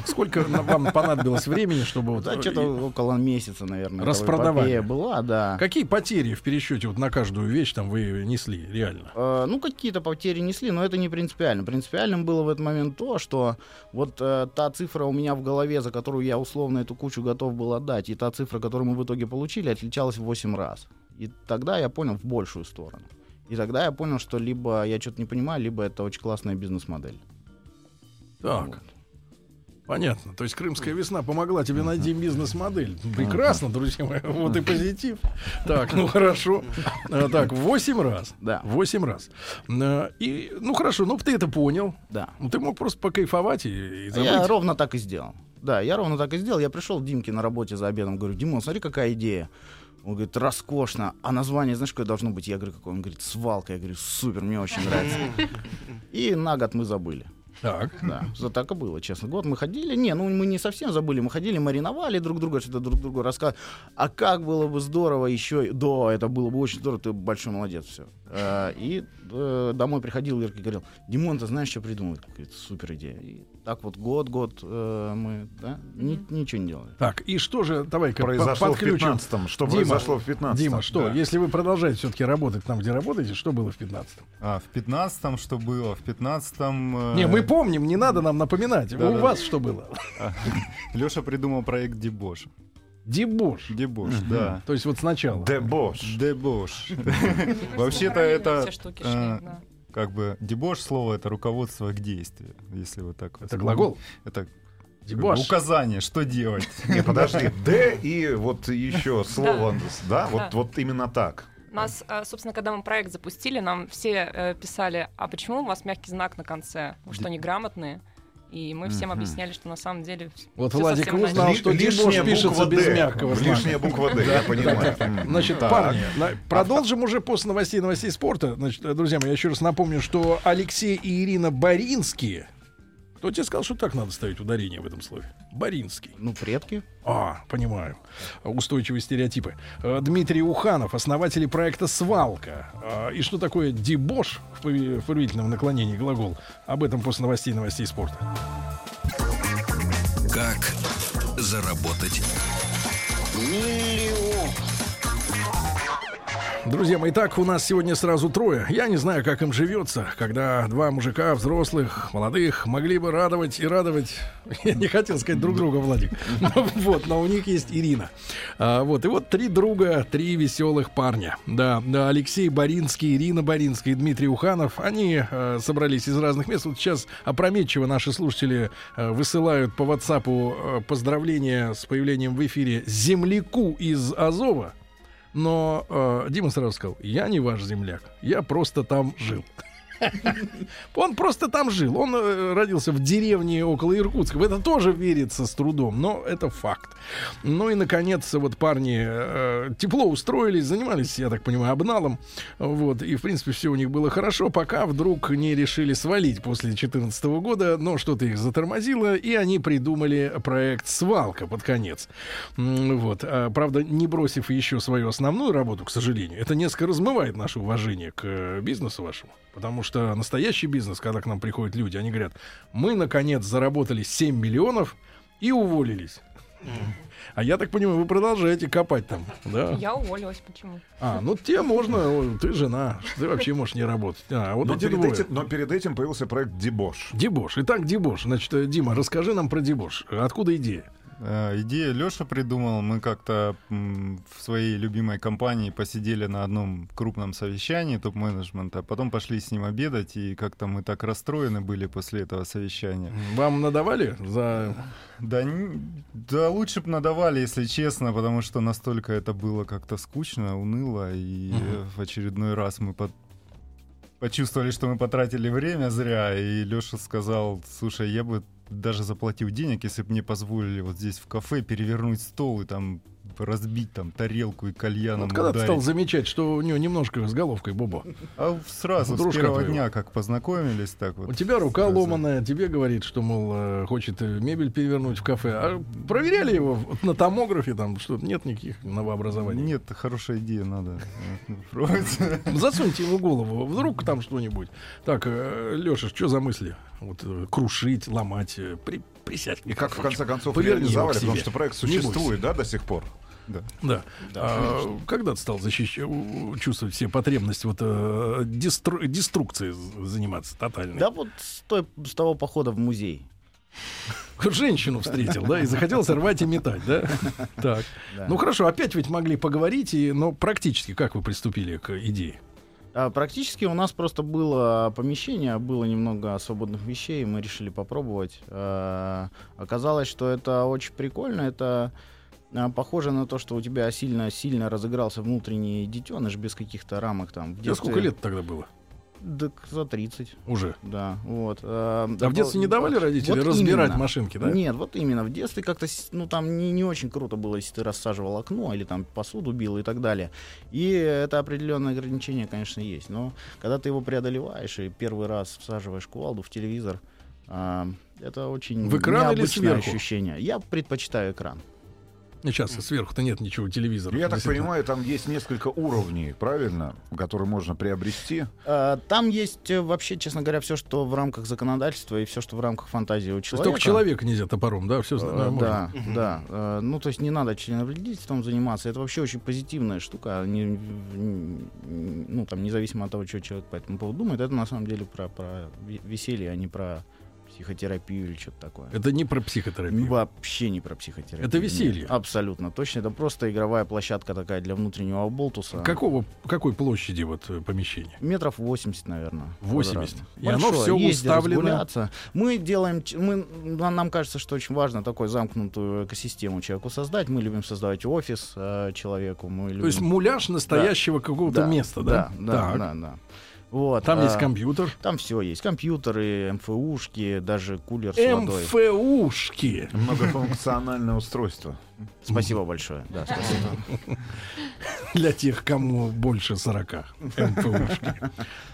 Speaker 2: Сколько на- вам понадобилось времени, чтобы... вот,
Speaker 5: Да,
Speaker 2: э,
Speaker 5: что-то около месяца, наверное. эта
Speaker 2: Распродавали.
Speaker 5: эпопея была, да.
Speaker 2: Какие потери в пересчете вот на каждую вещь там вы несли, реально?
Speaker 5: Э, Ну, какие-то потери несли, но это не принципиально. Принципиальным было в этот момент то, что вот э, та цифра у меня в голове, за которую я условно эту кучу готов был отдать, и та цифра, которую мы в итоге получили, отличалась в 8 раз. И тогда я понял в большую сторону. И тогда я понял, что либо я что-то не понимаю, либо это очень классная бизнес-модель.
Speaker 2: Так,
Speaker 5: Вот.
Speaker 2: понятно. То есть крымская весна помогла тебе найти бизнес-модель. Прекрасно, друзья мои. Вот и позитив. Так, ну хорошо. А, Так, восемь раз.
Speaker 5: Да,
Speaker 2: Восемь раз. Э, И, ну хорошо, ну ты это понял.
Speaker 5: да.
Speaker 2: Ну ты мог просто покайфовать и, и
Speaker 5: А Я
Speaker 2: забыть.
Speaker 5: ровно так и сделал. Да, я ровно так и сделал. Я пришел к Димке на работе за обедом, говорю, Димон, смотри, какая идея. Он говорит, роскошно. А название, знаешь, какое должно быть? Я говорю, какое? Он говорит, свалка. Я говорю, супер, мне очень нравится. И на год мы забыли.
Speaker 2: Так.
Speaker 5: Да, за так и было, честно. Год мы ходили, не, ну мы не совсем забыли, мы ходили, мариновали друг друга, что-то друг другу рассказывали. А как было бы здорово еще, да, это было бы очень здорово, ты большой молодец, все. И э, домой приходил Ирка и говорил, Димон, ты знаешь, что придумал? Я говорю, супер идея. И так вот год, год э, мы да, ни- ничего не делали.
Speaker 2: Так, и что же, давай-ка
Speaker 4: Произошло в
Speaker 2: подключим.
Speaker 4: 15-м. Что
Speaker 2: Дима,
Speaker 4: произошло в 15-м?
Speaker 2: Дима, что,
Speaker 3: да.
Speaker 2: если вы продолжаете все-таки работать там, где работаете, что было в 15-м?
Speaker 3: А, в 15-м что было? В э, 15-м...
Speaker 2: Не, мы помним, не надо нам напоминать. У
Speaker 3: да-да.
Speaker 2: вас что было?
Speaker 3: Леша придумал проект Дебош.
Speaker 2: Дебош.
Speaker 3: Дебош, да.
Speaker 2: То есть вот сначала.
Speaker 4: Дебош.
Speaker 3: Дебош.
Speaker 6: Ну,
Speaker 3: (laughs) Вообще-то
Speaker 6: параллельно
Speaker 3: это,
Speaker 6: Все штуки шли,
Speaker 3: э,
Speaker 6: да.
Speaker 3: Как бы дебош слово это руководство к действию, если вот так. вот.
Speaker 2: Это глагол.
Speaker 3: Это
Speaker 2: Дебош.
Speaker 3: указание, что
Speaker 2: (laughs)
Speaker 3: делать.
Speaker 4: Не, подожди. Д и вот еще слово. Да, вот,
Speaker 6: Да.
Speaker 4: вот именно так.
Speaker 6: Нас, э, собственно, когда мы проект запустили, нам все э, писали, а почему у вас мягкий знак на конце? Вы что, неграмотные? И мы всем
Speaker 4: Мгм.
Speaker 6: объясняли, что на самом деле... вс-
Speaker 2: Вот
Speaker 6: всё
Speaker 2: Владик
Speaker 6: совсем
Speaker 2: узнал,
Speaker 6: иначе.
Speaker 4: Ли-
Speaker 2: что Димош
Speaker 4: лишняя
Speaker 2: пишется
Speaker 4: буква
Speaker 2: без
Speaker 4: «Д».
Speaker 2: мягкого знака.
Speaker 4: Лишняя буква «Д», я
Speaker 2: (laughs)
Speaker 4: понимаю. М.
Speaker 2: Значит, парни, на- продолжим уже после новостей новостей спорта. Значит, э, друзья мои, я еще раз напомню, что Алексей и Ирина Баринские. Кто тебе сказал, что так надо ставить ударение в этом слове? Баринский.
Speaker 5: Ну, предки.
Speaker 2: А, понимаю. Устойчивые стереотипы. Э, Дмитрий Уханов, основатели проекта «Свалка». Э, И что такое «дебош» в пове- в повелительном наклонении глагол? Об этом после новостей и новостей спорта.
Speaker 1: Как заработать?
Speaker 2: Друзья мои, так у нас сегодня сразу трое. Я не знаю, как им живется, когда два мужика, взрослых, молодых, могли бы радовать и радовать. (laughs) Я не хотел сказать друг друга, Владик. (laughs) Но Вот, но у них есть Ирина. А, Вот, и вот три друга, три веселых парня. Да, да, Алексей Боринский, Ирина Боринская и Дмитрий Уханов. Они э, собрались из разных мест. Вот сейчас опрометчиво наши слушатели э, высылают по WhatsApp э, поздравления с появлением в эфире земляку из Азова. Но э, Дима сразу сказал, я не ваш земляк, я просто там жил. (laughs) Он просто там жил. Он э, родился в деревне около Иркутска. В это тоже верится с трудом, но это факт. Ну и, наконец, вот парни э, тепло устроились, занимались, я так понимаю, обналом. Вот. И, в принципе, все у них было хорошо, пока вдруг не решили свалить после 2014 года, но что-то их затормозило, и они придумали проект «Свалка» под конец. М, Вот. А, Правда, не бросив еще свою основную работу, к сожалению, это несколько размывает наше уважение к э, бизнесу вашему. Потому что настоящий бизнес, когда к нам приходят люди, они говорят, мы, наконец, заработали 7 миллионов и уволились. А я так понимаю, вы продолжаете копать там, да?
Speaker 6: Я уволилась, почему?
Speaker 2: А, ну тебе можно, о, ты жена, ты вообще можешь не работать. А, вот
Speaker 4: Но
Speaker 2: эти
Speaker 4: Ну, перед
Speaker 2: двое.
Speaker 4: этим- но перед этим появился проект «Дебош».
Speaker 2: Дебош. Итак, Дебош. Значит, э, Дима, расскажи нам про Дебош. Откуда идея?
Speaker 3: Э, Идею Леша придумал. Мы как-то м, в своей любимой компании посидели на одном крупном совещании топ-менеджмента, а потом пошли с ним обедать, и как-то мы так расстроены были после этого совещания.
Speaker 2: Вам надавали за...
Speaker 3: Да, н- да лучше бы надавали, если честно, потому что настолько это было как-то скучно, уныло, и
Speaker 2: Мгм.
Speaker 3: э, в очередной раз мы под- почувствовали, что мы потратили время зря, и Леша сказал, слушай, я бы даже заплатил денег, если бы мне позволили вот здесь в кафе перевернуть стол и там разбить там тарелку и кальяном
Speaker 2: Вот когда ты
Speaker 3: ударить».
Speaker 2: стал замечать, что у него немножко с головкой Бобо?
Speaker 3: А сразу, с
Speaker 2: Дружка
Speaker 3: первого
Speaker 2: твоего.
Speaker 3: дня, как познакомились, так вот.
Speaker 2: У тебя рука
Speaker 3: сразу.
Speaker 2: ломаная, тебе говорит, что, мол, э, хочет э, мебель перевернуть в кафе. А проверяли его в- на томографе там, что нет никаких новообразований?
Speaker 3: Нет, хорошая идея, надо (laughs) э, пробовать.
Speaker 2: (laughs) Засуньте ему голову, вдруг там что-нибудь. Так, Леша, что за мысли? Вот э, крушить, ломать, э, при- присядь.
Speaker 4: И как в конце концов
Speaker 2: Поверни его
Speaker 4: реализовали,
Speaker 2: к себе.
Speaker 4: потому что проект
Speaker 2: Не бойся.
Speaker 4: существует, да, до сих пор?
Speaker 3: Да.
Speaker 2: Да. А, когда ты стал защищ- у- чувствовать все потребность вот э, дестру- деструкцией з- заниматься тотальной?
Speaker 5: Да вот с, той- с того похода в музей.
Speaker 2: Женщину встретил, да, и захотел сорвать и метать, да? Так.
Speaker 5: Да.
Speaker 2: Ну хорошо, опять ведь могли поговорить, и, но практически как вы приступили к идее?
Speaker 5: А практически у нас просто было помещение, было немного свободных вещей, мы решили попробовать. Э, Оказалось, что это очень прикольно, это э, похоже на то, что у тебя сильно-сильно разыгрался внутренний детеныш без каких-то рамок там. В
Speaker 2: Тебе
Speaker 5: детстве-
Speaker 2: сколько лет тогда было
Speaker 5: Да, к- за 30,
Speaker 2: уже?
Speaker 5: да, вот.
Speaker 2: А в детстве не давали родители разбирать машинки, да?
Speaker 5: Нет, вот именно. В детстве как-то, с- ну, там не, не очень круто было, если ты рассаживал окно или там посуду бил и так далее. И это определенное ограничение, конечно, есть. Но когда ты его преодолеваешь и первый раз всаживаешь кувалду в телевизор, а, это очень
Speaker 2: В экран или
Speaker 5: необычное
Speaker 2: сверху?
Speaker 5: ощущение. Я предпочитаю экран.
Speaker 2: Ну, Сейчас сверху-то нет ничего
Speaker 5: Ну,
Speaker 2: телевизора.
Speaker 4: Я так
Speaker 2: Действительно.
Speaker 4: понимаю, там есть несколько уровней, правильно, которые можно приобрести.
Speaker 5: А, Там есть э, вообще, честно говоря, все, что в рамках законодательства и все, что в рамках фантазии у
Speaker 2: То есть
Speaker 5: человека.
Speaker 2: только человека нельзя топором, да? Все
Speaker 5: Э, Да, да. Э, Ну, то есть не надо членовредительством заниматься. Это вообще очень позитивная штука. не- н- н- ну, там, независимо от того, что человек по этому поводу думает, это на самом деле про, про ве- веселье, а не про психотерапию или что-то такое.
Speaker 2: Это не про психотерапию.
Speaker 5: Вообще не про психотерапию.
Speaker 2: Это веселье.
Speaker 5: Нет, абсолютно точно. Это просто игровая площадка такая для внутреннего болтуса.
Speaker 2: Какого, какой площади вот э, помещение?
Speaker 5: Метров 80, наверное.
Speaker 2: 80.
Speaker 5: квадратных.
Speaker 2: И оно
Speaker 5: Большое,
Speaker 2: всё
Speaker 5: есть где
Speaker 2: уставлено.
Speaker 5: разгуляться. Мы делаем... ч- Мы, на- нам кажется, что очень важно такую замкнутую экосистему человеку создать. Мы любим создавать офис э, человеку. Мы любим...
Speaker 2: То есть муляж настоящего какого-то места, да?
Speaker 5: Да, да,
Speaker 2: Так.
Speaker 5: да, да. Вот,
Speaker 2: Там
Speaker 5: а,
Speaker 2: есть компьютер.
Speaker 5: Там все есть. Компьютеры, МФУшки, даже кулер с водой.
Speaker 2: МФУшки.
Speaker 4: Многофункциональное устройство.
Speaker 5: Спасибо большое. Да, спасибо.
Speaker 2: Для тех, кому больше 40. МФУшки.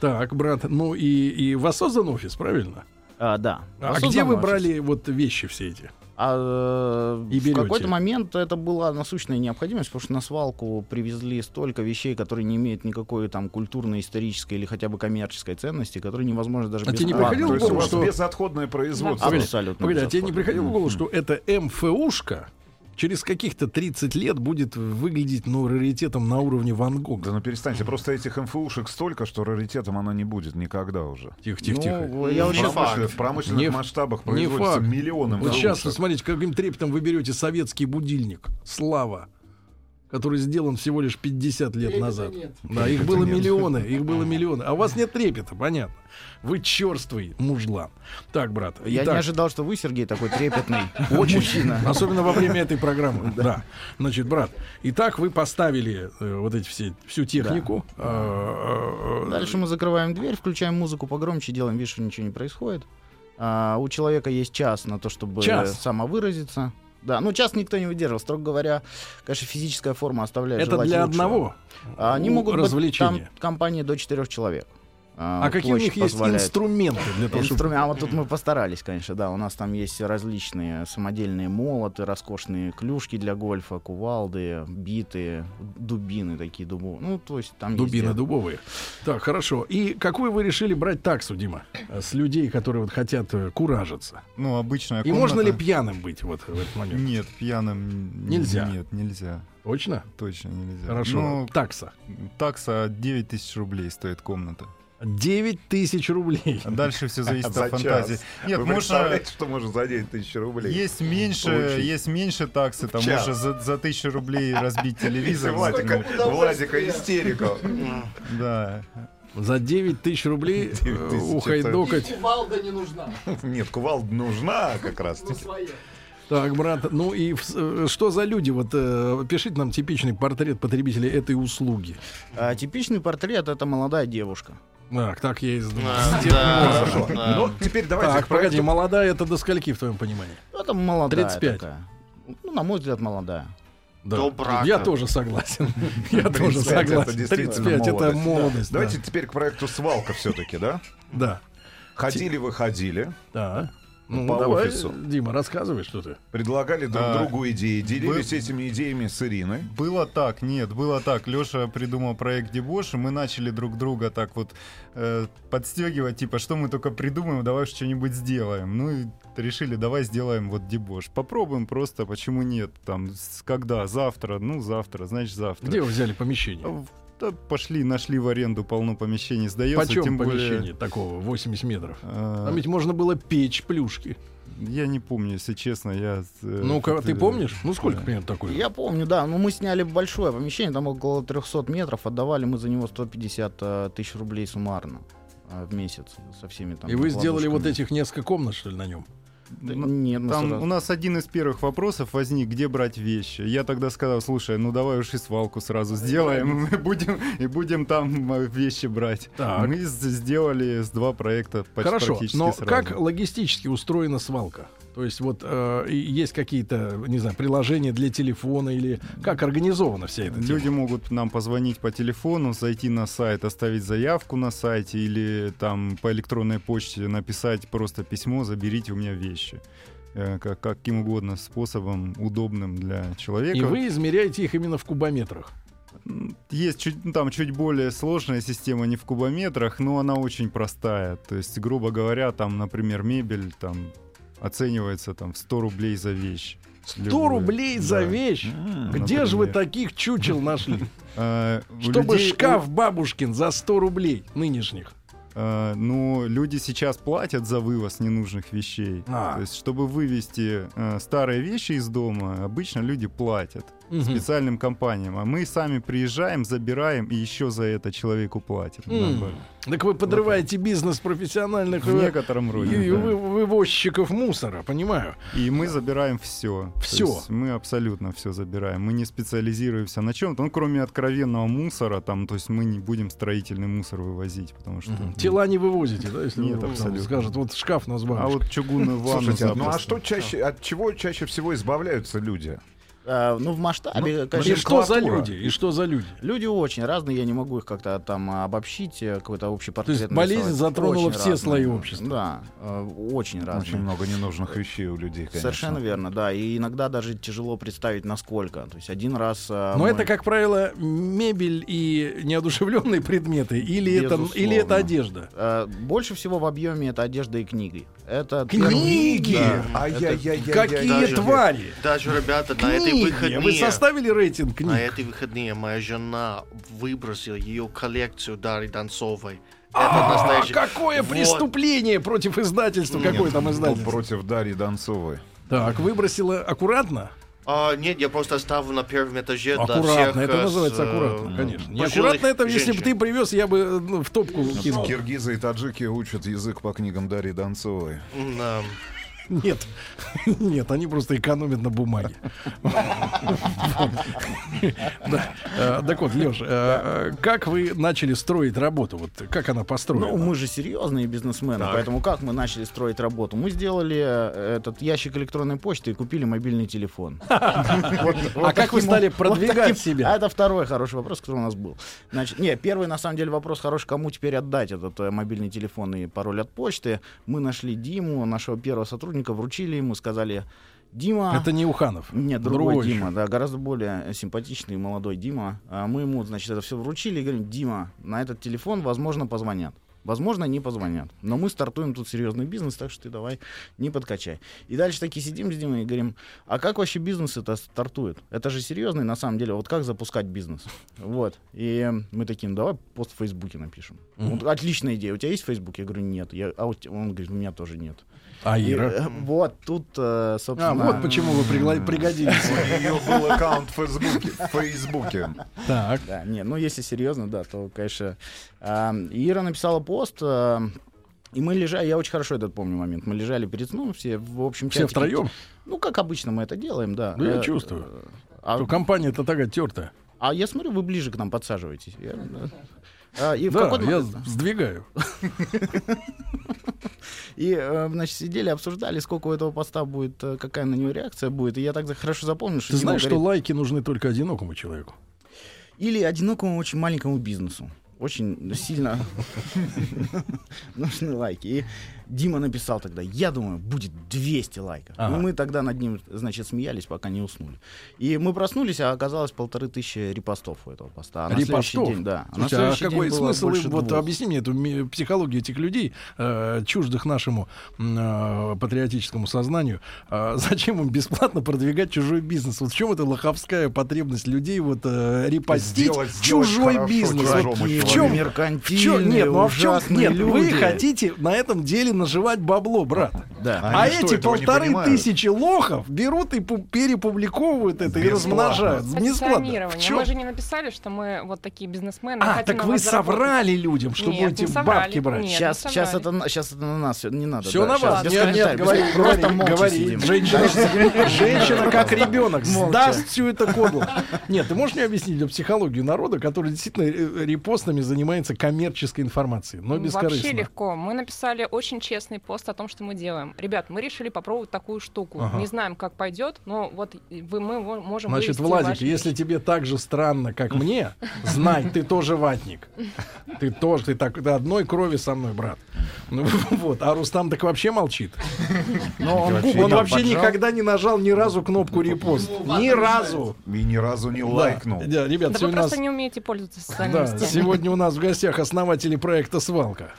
Speaker 2: Так, брат, ну и, и воссоздан офис, правильно?
Speaker 5: А, да.
Speaker 2: А
Speaker 5: Осознанно
Speaker 2: где вы
Speaker 5: вообще.
Speaker 2: брали вот вещи все эти?
Speaker 5: А, э,
Speaker 2: И
Speaker 5: в
Speaker 2: берете.
Speaker 5: какой-то момент это была насущная необходимость, потому что на свалку привезли столько вещей, которые не имеют никакой там культурной, исторической или хотя бы коммерческой ценности, которые невозможно даже
Speaker 2: А тебе не
Speaker 5: бесплатно.
Speaker 2: приходило
Speaker 4: то есть
Speaker 2: в
Speaker 4: у
Speaker 2: голову,
Speaker 4: вас
Speaker 2: что-
Speaker 4: безотходное производство.
Speaker 2: Погоди,
Speaker 5: Абсолютно.
Speaker 2: Погоди, а тебе не
Speaker 5: безотходно.
Speaker 2: приходило в голову,
Speaker 5: Мгм.
Speaker 2: что это МФУшка через каких-то 30 лет будет выглядеть, ну, раритетом на уровне Ван
Speaker 4: Да
Speaker 2: Гога?
Speaker 4: ну перестаньте, просто этих МФУшек столько, что раритетом она не будет никогда уже.
Speaker 2: Тихо-тихо-тихо.
Speaker 5: Ну, я
Speaker 4: В
Speaker 7: Не
Speaker 5: очень-
Speaker 7: факт.
Speaker 4: промышленных, в промышленных
Speaker 2: Не ф-
Speaker 4: масштабах
Speaker 2: не
Speaker 4: производится
Speaker 2: факт.
Speaker 4: миллионы
Speaker 2: Вот сейчас,
Speaker 4: МФУшек.
Speaker 2: вот смотрите, каким трепетом вы берете советский будильник «Слава», который сделан всего лишь 50 лет назад. Да, их
Speaker 4: Трепета
Speaker 2: было
Speaker 4: нет.
Speaker 2: миллионы, их было миллионы. А у вас нет трепета, понятно. Вы черствый мужлан. Так, брат,
Speaker 5: Я
Speaker 2: итак,
Speaker 5: не ожидал, что вы, Сергей, такой трепетный
Speaker 2: Очень.
Speaker 5: мужчина.
Speaker 2: Особенно во время этой программы. Да. Значит, брат, итак, вы поставили э, вот эти все, всю технику. Э, э,
Speaker 5: Дальше мы закрываем дверь, включаем музыку погромче, делаем вид, что ничего не происходит. А, у человека есть час на то, чтобы
Speaker 2: Час?
Speaker 5: самовыразиться. Да, ну час никто не выдержал. Строго говоря, конечно, физическая форма оставляет
Speaker 2: Это
Speaker 5: желать
Speaker 2: для
Speaker 5: лучшего.
Speaker 2: одного.
Speaker 5: А Они могут
Speaker 2: развлечения.
Speaker 5: быть там компании до четырех человек.
Speaker 2: А какие у них есть инструменты для того, чтобы...
Speaker 5: инструменты? А вот тут мы постарались, конечно, да. У нас там есть различные самодельные молоты, роскошные клюшки для гольфа, кувалды, биты, дубины такие дубовые. Ну, то есть там есть
Speaker 2: Дубины
Speaker 5: для-
Speaker 2: дубовые. Так, хорошо. И какую вы решили брать таксу, Дима? э, С людей, которые вот хотят э, куражиться.
Speaker 3: Ну, обычная
Speaker 2: И можно ли
Speaker 3: комната.
Speaker 2: пьяным быть вот в этот момент?
Speaker 3: Нет, пьяным...
Speaker 2: Нельзя.
Speaker 3: Нет, нельзя.
Speaker 2: Точно?
Speaker 3: Точно нельзя.
Speaker 2: Хорошо.
Speaker 3: Ну,
Speaker 2: Такса.
Speaker 3: такса 9 тысяч рублей стоит комната.
Speaker 2: 9 тысяч
Speaker 3: (laughs)
Speaker 2: рублей.
Speaker 3: А Дальше все
Speaker 4: (laughs)
Speaker 3: зависит
Speaker 4: За
Speaker 3: от фантазии.
Speaker 4: час.
Speaker 3: Нет,
Speaker 4: Вы
Speaker 3: можно...
Speaker 4: представляете, что можно за 9 тысяч рублей?
Speaker 3: Есть меньше,
Speaker 4: получить?
Speaker 3: есть меньше таксы, там
Speaker 4: Час.
Speaker 3: можно за, за тысячу рублей
Speaker 4: (laughs)
Speaker 3: разбить
Speaker 4: Видите,
Speaker 3: телевизор.
Speaker 4: Владика,
Speaker 3: взорвать.
Speaker 4: Владика истерику.
Speaker 3: Да.
Speaker 2: За 9 тысяч
Speaker 3: (laughs)
Speaker 2: рублей
Speaker 4: 9
Speaker 2: э,
Speaker 4: тысяч,
Speaker 2: ухайдокать
Speaker 4: (laughs) Нет, кувалда нужна как раз таки.
Speaker 2: Так, брат, ну и в с- э, что за люди? Вот э, пишите нам типичный портрет потребителя этой услуги.
Speaker 5: А, типичный портрет это молодая девушка.
Speaker 2: Так, так я и знал.
Speaker 7: Да,
Speaker 2: Сделал.
Speaker 7: да.
Speaker 4: Хорошо.
Speaker 7: Да.
Speaker 4: Ну, теперь давайте
Speaker 2: Так,
Speaker 4: к
Speaker 2: погоди,
Speaker 4: проекту.
Speaker 2: молодая это до скольки в твоем понимании?
Speaker 5: Ну, Это молодая
Speaker 2: 35.
Speaker 5: такая. Ну, на мой взгляд, молодая.
Speaker 2: Да.
Speaker 7: До брака.
Speaker 2: Я тоже согласен. (laughs) Я тоже
Speaker 4: 35 это
Speaker 2: согласен.
Speaker 4: действительно
Speaker 2: 35 это
Speaker 4: молодость.
Speaker 2: молодость. да.
Speaker 4: Давайте теперь к проекту свалка все-таки, да?
Speaker 2: Да.
Speaker 4: Ходили вы, ходили,
Speaker 2: Да. Ну,
Speaker 4: По
Speaker 2: давай,
Speaker 4: офису.
Speaker 2: Дима, рассказывай, что ты.
Speaker 4: предлагали друг
Speaker 3: А,
Speaker 4: другу идеи, делились этими идеями с Ириной.
Speaker 3: Было так, нет, было так. Леша придумал проект Дебош, и мы начали друг друга так вот э, подстегивать, типа, что мы только придумаем, давай что-нибудь сделаем. Ну и решили, давай сделаем вот Дебош. Попробуем просто, почему нет, там, с- когда, завтра, ну завтра, значит завтра.
Speaker 2: Где вы взяли помещение?
Speaker 3: А, да пошли, нашли в аренду полно помещений, сдается,
Speaker 2: Почем
Speaker 3: тем
Speaker 2: помещение
Speaker 3: более...
Speaker 2: такого 80 метров?
Speaker 3: э,
Speaker 2: Там ведь можно было печь плюшки.
Speaker 3: Я не помню, если честно, я... э,
Speaker 2: Ну, ка- ты помнишь? Ну, сколько
Speaker 3: примерно?
Speaker 2: примерно такое?
Speaker 5: Я помню, да, но мы сняли большое помещение, там около 300 метров, отдавали мы за него 150 э, тысяч рублей суммарно э, в месяц со всеми там.
Speaker 2: И вы сделали вот
Speaker 5: ловушками.
Speaker 2: этих несколько комнат, что ли, на нем?
Speaker 5: Да Нет, мы
Speaker 3: Там
Speaker 5: сразу-
Speaker 3: у нас один из первых вопросов возник, где брать вещи. Я тогда сказал, слушай, ну давай уж и свалку сразу сделаем, и будем, и будем там э, вещи брать.
Speaker 2: Так.
Speaker 3: Мы с- сделали с два проекта почти
Speaker 2: Хорошо,
Speaker 3: практически
Speaker 2: но
Speaker 3: сразу.
Speaker 2: как логистически устроена свалка? То есть вот э, и есть какие-то, не знаю, приложения для телефона или как организована вся эта тема?
Speaker 3: Люди могут нам позвонить по телефону, зайти на сайт, оставить заявку на сайте или там по электронной почте написать просто письмо «заберите у меня вещи». Э, Как, каким угодно способом, удобным для человека.
Speaker 2: И вы измеряете их именно в кубометрах.
Speaker 3: М, Есть чуть, ну, там чуть более сложная система, не в кубометрах, но она очень простая. То есть, грубо говоря, там, например, мебель там оценивается там в 100 рублей за вещь.
Speaker 2: 100
Speaker 3: Любую.
Speaker 2: рубль за
Speaker 3: Да. ну,
Speaker 2: вещь!
Speaker 4: М,
Speaker 2: Где же вы
Speaker 3: например.
Speaker 2: таких чучел нашли?
Speaker 3: А, (laughs) у
Speaker 2: Чтобы
Speaker 3: людей-
Speaker 2: шкаф бабушкин за 100 рублей нынешних.
Speaker 3: А, ну, люди сейчас платят за вывоз ненужных вещей.
Speaker 2: А.
Speaker 3: То есть, чтобы вывести э, старые вещи из дома, обычно люди платят.
Speaker 2: Мгм.
Speaker 3: специальным компаниям. А мы сами приезжаем, забираем и еще за это человеку платим.
Speaker 2: М.
Speaker 3: Как бы
Speaker 2: Так вы подрываете бизнес профессиональных
Speaker 3: В некотором
Speaker 2: э,
Speaker 3: роде.
Speaker 2: и- и
Speaker 3: да.
Speaker 2: вы- вывозчиков мусора, понимаю.
Speaker 3: И мы забираем все.
Speaker 2: Всё.
Speaker 3: мы абсолютно все забираем. Мы не специализируемся на чем-то, ну, кроме откровенного мусора, там, то есть мы не будем строительный мусор вывозить, потому что...
Speaker 2: Мгм. Тела не вывозите, да, если
Speaker 3: Нет,
Speaker 2: вам там
Speaker 3: абсолютно.
Speaker 2: скажут, вот шкаф у нас
Speaker 3: А
Speaker 2: бабушка.
Speaker 3: вот чугунную ванну
Speaker 4: Слушайте, ну а
Speaker 3: запросто.
Speaker 4: что чаще, от чего чаще всего избавляются люди?
Speaker 5: А, ну, в масштабе,
Speaker 2: и
Speaker 5: конечно,
Speaker 2: что за
Speaker 4: номенклатура.
Speaker 2: люди? И что за люди?
Speaker 5: люди очень разные, я не могу их как-то там а, обобщить, э, какой-то общий портрет.
Speaker 2: есть болезнь
Speaker 5: нарисовать.
Speaker 2: затронула
Speaker 5: Очень
Speaker 2: все
Speaker 5: разные.
Speaker 2: слои общества.
Speaker 5: Да, э, очень разные.
Speaker 4: Очень много ненужных вещей у людей, конечно.
Speaker 5: Совершенно верно, да. И иногда даже тяжело представить, насколько. То есть один раз... э,
Speaker 2: Но
Speaker 5: мы-
Speaker 2: это, как правило, мебель и неодушевленные предметы, или это,
Speaker 5: Безусловно.
Speaker 2: или это одежда?
Speaker 5: э, Больше всего в объеме это одежда и книги. Это
Speaker 2: Книги?
Speaker 5: Да.
Speaker 4: А Ай-яй-яй-яй-яй.
Speaker 2: Какие
Speaker 7: даже-
Speaker 2: твари!
Speaker 7: Даже, ребята, на этой
Speaker 2: Книги!
Speaker 7: выходные...
Speaker 2: Вы составили рейтинг
Speaker 7: На
Speaker 2: книг?
Speaker 7: этой выходные моя жена выбросила ее коллекцию Дарьи Донцовой. Это
Speaker 2: А,
Speaker 7: настоящий...
Speaker 2: какое
Speaker 7: Вот.
Speaker 2: преступление против издательства?
Speaker 7: Нет,
Speaker 2: Какое там
Speaker 4: Ну,
Speaker 2: издательство?
Speaker 4: против Дарьи Донцовой.
Speaker 2: Так, выбросила аккуратно?
Speaker 7: А, нет, я просто оставлю на первом этаже для
Speaker 2: Аккуратно,
Speaker 7: всех,
Speaker 2: это
Speaker 7: э,
Speaker 2: называется
Speaker 7: с, э,
Speaker 2: аккуратно, конечно.
Speaker 7: пожилых
Speaker 2: Неаккуратно это, если бы
Speaker 7: женщин.
Speaker 2: ты привез, я бы э, ну, в топку кинул.
Speaker 4: Киргизы и таджики учат язык по книгам Дарьи Донцовой.
Speaker 7: М, эм,
Speaker 2: Нет, (laughs) нет, они просто экономят на бумаге. (laughs) Да. Э, Так вот, Леш, как вы начали строить работу? Вот как она
Speaker 5: Ну,
Speaker 2: построена?
Speaker 5: мы же серьезные бизнесмены, поэтому как мы начали строить работу? Мы сделали э, этот ящик электронной почты и купили мобильный телефон.
Speaker 2: А как вы стали продвигать
Speaker 5: А
Speaker 2: себя?
Speaker 5: это второй хороший вопрос, который у нас был. Значит, не, первый на самом деле вопрос хороший, кому теперь отдать этот э, мобильный телефон и пароль от почты. Мы нашли Диму, нашего первого сотрудника, вручили ему, сказали, Дима...
Speaker 2: Это не Уханов.
Speaker 5: Нет, другой,
Speaker 2: Другой
Speaker 5: Дима,
Speaker 2: еще.
Speaker 5: да, гораздо более симпатичный и молодой Дима. А Мы ему, значит, это все вручили и говорим, Дима, на этот телефон, возможно, позвонят. Возможно, не позвонят. Но мы стартуем тут серьезный бизнес, так что ты давай не подкачай. И дальше такие сидим с Димой и говорим, а как вообще бизнес это стартует? Это же серьезный, на самом деле, вот как запускать бизнес? Вот. И мы такие, «Ну, давай пост в Фейсбуке напишем. Он, Отличная идея. У тебя есть Фейсбук? Я говорю, нет. Я, а у те- он говорит, у меня тоже нет.
Speaker 2: А
Speaker 5: И,
Speaker 2: Ира?
Speaker 5: э, вот тут, э, собственно...
Speaker 2: А, вот почему вы пригла- пригодились.
Speaker 4: У нее был аккаунт в Фейсбуке. В Фейсбуке.
Speaker 2: Так.
Speaker 5: Да, не, ну если серьезно, да, то, конечно. а, Ира написала пост, а, и мы лежали, я очень хорошо этот помню момент, мы лежали перед сном все в общем
Speaker 2: Все
Speaker 5: чатике.
Speaker 2: втроем?
Speaker 5: Ну, как обычно мы это делаем, да.
Speaker 2: Да я
Speaker 5: Э,
Speaker 2: чувствую.
Speaker 5: э, А,
Speaker 2: То компания-то такая тертая.
Speaker 5: а я смотрю, вы ближе к нам подсаживаетесь. Я, да. А, И в
Speaker 2: Да,
Speaker 5: какой-то
Speaker 2: я
Speaker 5: момент-
Speaker 2: сдвигаю.
Speaker 5: И, э, значит, сидели, обсуждали, сколько у этого поста будет, э, какая на него реакция будет. И я так за- хорошо запомнил, что
Speaker 2: Ты
Speaker 5: Дима
Speaker 2: знаешь, что
Speaker 5: говорит,
Speaker 2: лайки нужны только одинокому человеку?
Speaker 5: Или одинокому очень маленькому бизнесу. Очень сильно (laughs) нужны лайки. И Дима написал тогда, я думаю, будет 200 лайков.
Speaker 2: Ага.
Speaker 5: И мы тогда над ним, значит, смеялись, пока не уснули. И мы проснулись, а оказалось полторы тысячи репостов у этого поста. А на следующий
Speaker 2: Репостов?
Speaker 5: день, да. а на
Speaker 2: Слушайте, а
Speaker 5: следующий день
Speaker 2: какой
Speaker 5: было
Speaker 2: смысл
Speaker 5: больше
Speaker 2: им, вот
Speaker 5: двух.
Speaker 2: объясни мне эту ми- психологию этих людей, э, чуждых нашему м, э, патриотическому сознанию, Э, зачем им бесплатно продвигать чужой бизнес? Вот в чем эта лоховская потребность людей вот э, репостить
Speaker 4: Сделать- сделать
Speaker 2: чужой
Speaker 4: хорошо
Speaker 2: бизнес?
Speaker 4: чужому
Speaker 2: Вот
Speaker 4: человеку.
Speaker 2: в чем в
Speaker 5: меркантильные,
Speaker 2: чем, нет, ну а в чем,
Speaker 5: ужасные
Speaker 2: нет, вы
Speaker 5: люди.
Speaker 2: хотите на этом деле наживать бабло, брат.
Speaker 5: Да.
Speaker 2: А,
Speaker 4: Они что,
Speaker 2: эти
Speaker 4: этого не
Speaker 2: полторы
Speaker 4: понимают?
Speaker 2: тысячи лохов берут и пу- перепубликовывают это и
Speaker 4: Бесплатно.
Speaker 2: размножают. Бесплатно. В
Speaker 6: Позиционирование.
Speaker 2: чем?
Speaker 6: Мы же не написали, что мы вот такие бизнесмены.
Speaker 2: А,
Speaker 6: хотим
Speaker 2: так
Speaker 6: на
Speaker 2: вы
Speaker 6: вас заработать.
Speaker 2: соврали людям, что
Speaker 6: Нет,
Speaker 2: будете
Speaker 6: не соврали.
Speaker 2: бабки брать.
Speaker 6: Нет,
Speaker 5: Сейчас,
Speaker 6: не
Speaker 5: сейчас,
Speaker 6: соврали.
Speaker 5: это, на- сейчас это на нас, всё, не надо.
Speaker 2: Все
Speaker 5: да,
Speaker 2: ну, на
Speaker 5: щас,
Speaker 2: вас.
Speaker 5: без
Speaker 2: Нет, нет,
Speaker 5: комментариев, без-
Speaker 2: говори,
Speaker 5: Просто
Speaker 2: говори,
Speaker 5: молча
Speaker 2: говори.
Speaker 5: сидим.
Speaker 2: Женщина, (laughs) женщина как ребенок
Speaker 5: Молча.
Speaker 2: сдаст всю это кодло. Нет, ты можешь мне объяснить для психологию народа, который действительно э, репостами занимается коммерческой информацией, но
Speaker 6: Ну, Вообще
Speaker 2: бескорыстно.
Speaker 6: легко. Мы написали очень честный пост о том, что мы делаем. Ребят, мы решили попробовать такую штуку.
Speaker 2: Ага.
Speaker 6: Не знаем, как пойдет, но вот и вы, мы во- можем
Speaker 2: Значит,
Speaker 6: вывести
Speaker 2: Владик,
Speaker 6: ваши-
Speaker 2: если тебе так же странно, как мне, знай, ты тоже ватник. Ты тоже, ты так ты одной крови со мной, брат. Ну, (laughs) вот, а Рустам так вообще молчит.
Speaker 5: Но Ну, он губы
Speaker 2: Он
Speaker 5: нам
Speaker 2: вообще
Speaker 5: поджал.
Speaker 2: никогда не нажал ни разу кнопку репост. Ни разу.
Speaker 4: И ни разу не лайкнул.
Speaker 2: Да, да, ребят,
Speaker 6: Ну, Да вы
Speaker 2: сегодня у нас
Speaker 6: просто не умеете пользоваться
Speaker 2: (laughs)
Speaker 6: социальными
Speaker 2: Да,
Speaker 6: сетями.
Speaker 2: сегодня у нас в гостях основатели проекта «Свалка».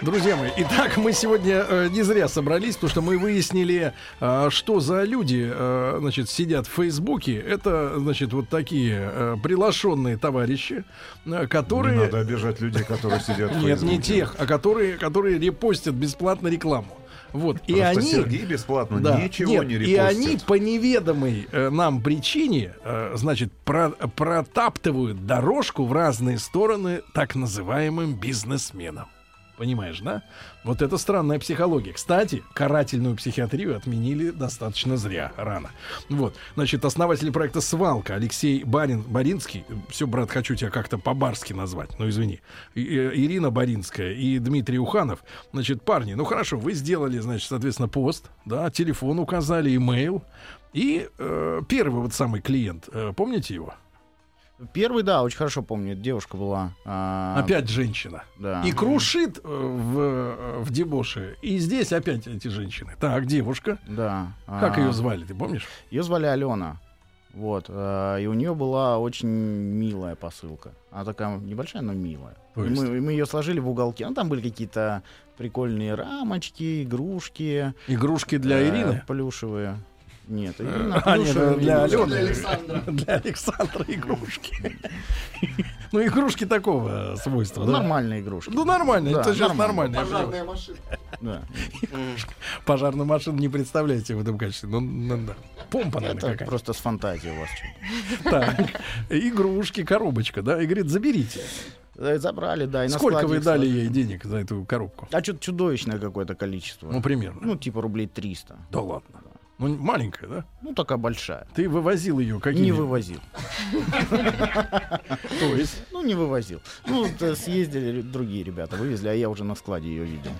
Speaker 2: Друзья мои, итак, мы сегодня э, не зря собрались, потому что мы выяснили, э, что за люди, э, значит, сидят в Фейсбуке. Это, значит, вот такие э, приглашенные товарищи, э,
Speaker 4: Не
Speaker 2: которые...
Speaker 4: надо обижать людей, которые сидят в
Speaker 2: Нет, не
Speaker 4: Фейсбуке.
Speaker 2: тех, а которые, которые репостят бесплатно рекламу. Вот. И
Speaker 4: Просто
Speaker 2: они...
Speaker 4: Сергей бесплатно
Speaker 2: Да.
Speaker 4: ничего
Speaker 2: Нет,
Speaker 4: не
Speaker 2: И они
Speaker 4: репостит.
Speaker 2: по неведомой э, нам причине, э, значит, про- протаптывают дорожку в разные стороны так называемым бизнесменам. Понимаешь, да? Вот это странная психология. Кстати, карательную психиатрию отменили достаточно зря, рано. Вот, значит, основатель проекта «Свалка» Алексей Барин, Баринский, все, брат, хочу тебя как-то по-барски назвать, ну извини, И- и- Ирина Баринская и Дмитрий Уханов, значит, парни, ну хорошо, вы сделали, значит, соответственно, пост, да, телефон указали, имейл, и э, первый вот самый клиент, э, помните его?
Speaker 5: Первый, да, очень хорошо помню, эта девушка была. а,
Speaker 2: Опять женщина.
Speaker 5: Да.
Speaker 2: И крушит э, в, э, в дебоше. И здесь опять эти женщины. Так, девушка.
Speaker 5: Да.
Speaker 2: Как
Speaker 5: а,
Speaker 2: ее звали, ты помнишь?
Speaker 5: Ее звали Алена. Вот. э, И у нее была очень милая посылка. Она такая небольшая, но милая.
Speaker 2: То
Speaker 5: И
Speaker 2: есть?
Speaker 5: мы, ее сложили в уголке. Ну, там были какие-то прикольные рамочки, игрушки.
Speaker 2: Игрушки для
Speaker 5: э,
Speaker 2: Ирины.
Speaker 5: Плюшевые. Нет, Ирина
Speaker 2: А, нет,
Speaker 5: плюшевая
Speaker 2: для
Speaker 5: не
Speaker 2: Алены. (laughs) Для Александра игрушки. (laughs) Ну, игрушки такого э, свойства,
Speaker 5: была.
Speaker 2: да?
Speaker 5: Нормальные игрушки.
Speaker 2: Ну, нормально,
Speaker 5: Да,
Speaker 2: это сейчас
Speaker 5: нормально.
Speaker 2: нормально.
Speaker 5: Да.
Speaker 2: Пожарную машину не представляете в этом качестве. Ну, ну, да. Помпа, наверное,
Speaker 5: Это
Speaker 2: какая-то.
Speaker 5: просто с фантазией у вас. что-то.
Speaker 2: Так. Игрушки, коробочка, да? И говорит, заберите.
Speaker 5: Э, Забрали, да. и на
Speaker 2: Сколько
Speaker 5: складе
Speaker 2: вы
Speaker 5: их
Speaker 2: дали
Speaker 5: сложили.
Speaker 2: ей денег за эту коробку?
Speaker 5: А что-то чудовищное какое-то количество.
Speaker 2: Ну, примерно.
Speaker 5: Ну, типа рублей 300.
Speaker 2: Да ладно. Ну, маленькая, да?
Speaker 5: Ну, такая большая.
Speaker 2: Ты вывозил ее какие
Speaker 5: Не вывозил.
Speaker 2: (laughs) То есть,
Speaker 5: Ну, не вывозил. Ну, вот, э, съездили другие ребята, вывезли, а я уже на складе ее видел.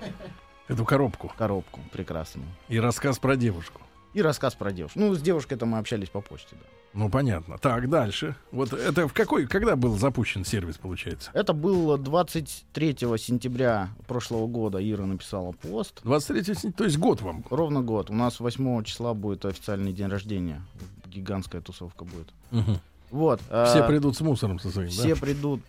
Speaker 2: эту коробку.
Speaker 5: Коробку прекрасную.
Speaker 2: И рассказ про девушку.
Speaker 5: И рассказ про девушку. Ну, с девушкой-то мы общались по почте, да.
Speaker 2: Ну, понятно. Так, дальше. Вот это в какой, когда был запущен сервис, получается?
Speaker 5: Это было 23 сентября прошлого года. Ира написала пост.
Speaker 2: 23 сентября, то есть год вам.
Speaker 5: Ровно год. У нас 8 числа будет официальный день рождения. Гигантская тусовка будет. Вот. э,
Speaker 2: Все придут с мусором со своим,
Speaker 5: все
Speaker 2: да?
Speaker 5: придут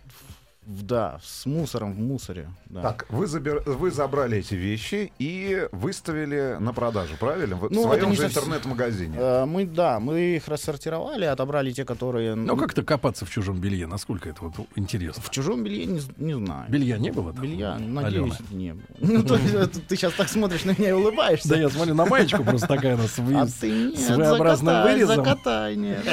Speaker 5: в- да, с мусором, в мусоре. Да.
Speaker 4: Так, вы, забер- вы забрали эти вещи и выставили на продажу, правильно? В
Speaker 5: Ну, это
Speaker 4: своем
Speaker 5: не
Speaker 4: же
Speaker 5: совсем-
Speaker 4: интернет-магазине.
Speaker 5: Э, Мы, да, мы их рассортировали, отобрали те, которые...
Speaker 2: Ну, как-то копаться в чужом белье, насколько это вот интересно.
Speaker 5: В чужом белье не, з- не знаю.
Speaker 2: Белья не было там?
Speaker 5: Белья,
Speaker 2: Алена?
Speaker 5: надеюсь, не было. Ну, то есть, это ты сейчас так смотришь на меня и улыбаешься.
Speaker 2: Да я смотрю, на маечку просто такая у нас вы-
Speaker 5: а ты нет,
Speaker 2: своеобразным
Speaker 5: закатай,
Speaker 2: вырезом.
Speaker 5: закатай, нет.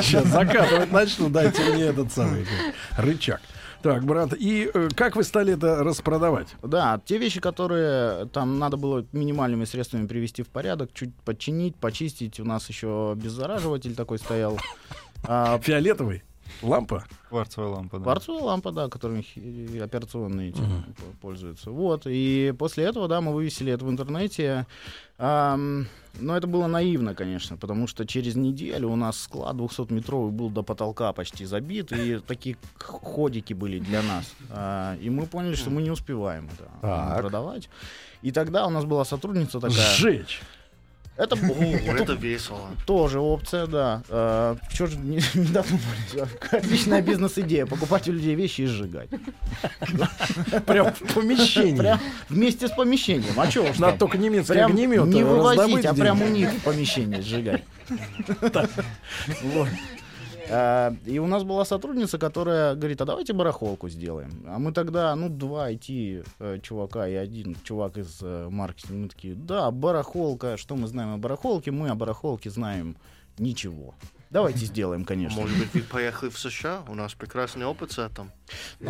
Speaker 2: сейчас закатывать начну, дайте мне этот самый как, рычаг. Так, брат, и э, как вы стали это распродавать?
Speaker 5: Да, те вещи, которые там надо было минимальными средствами привести в порядок, чуть подчинить, почистить. У нас еще обеззараживатель такой стоял. А,
Speaker 2: Фиолетовый? Лампа?
Speaker 3: Кварцевая лампа, да.
Speaker 5: Кварцовая лампа, да, которыми хи- операционные эти п- пользуются. Вот. И после этого, да, мы вывесили это в интернете. Ам, но это было наивно, конечно, потому что через неделю у нас склад 200-метровый был до потолка почти забит, и такие к- ходики были для нас. А, и мы поняли, что мы не успеваем это
Speaker 4: Так.
Speaker 5: продавать. И тогда у нас была сотрудница такая.
Speaker 2: Сжечь.
Speaker 5: Это
Speaker 7: О, это весело.
Speaker 5: тоже опция, да. А, чё же не, (laughs) не додумались? Отличная бизнес-идея. Покупать у людей вещи и сжигать.
Speaker 2: Прям в помещении.
Speaker 5: Прям вместе с помещением. А чё уж
Speaker 2: Надо
Speaker 5: там?
Speaker 2: только немецкий
Speaker 5: Прям
Speaker 2: огнемет
Speaker 5: не
Speaker 2: раздобыть
Speaker 5: вывозить, а
Speaker 2: где-нибудь.
Speaker 5: прям у них в помещении сжигать. Вот. А, И у нас была сотрудница, которая говорит, а давайте барахолку сделаем. А мы тогда, ну, два IT-чувака и один чувак из э, маркетинга. Мы такие, да, барахолка, что мы знаем о барахолке? Мы о барахолке знаем ничего. Давайте сделаем, конечно.
Speaker 7: Может быть, вы поехали в США? У нас прекрасный опыт с этим.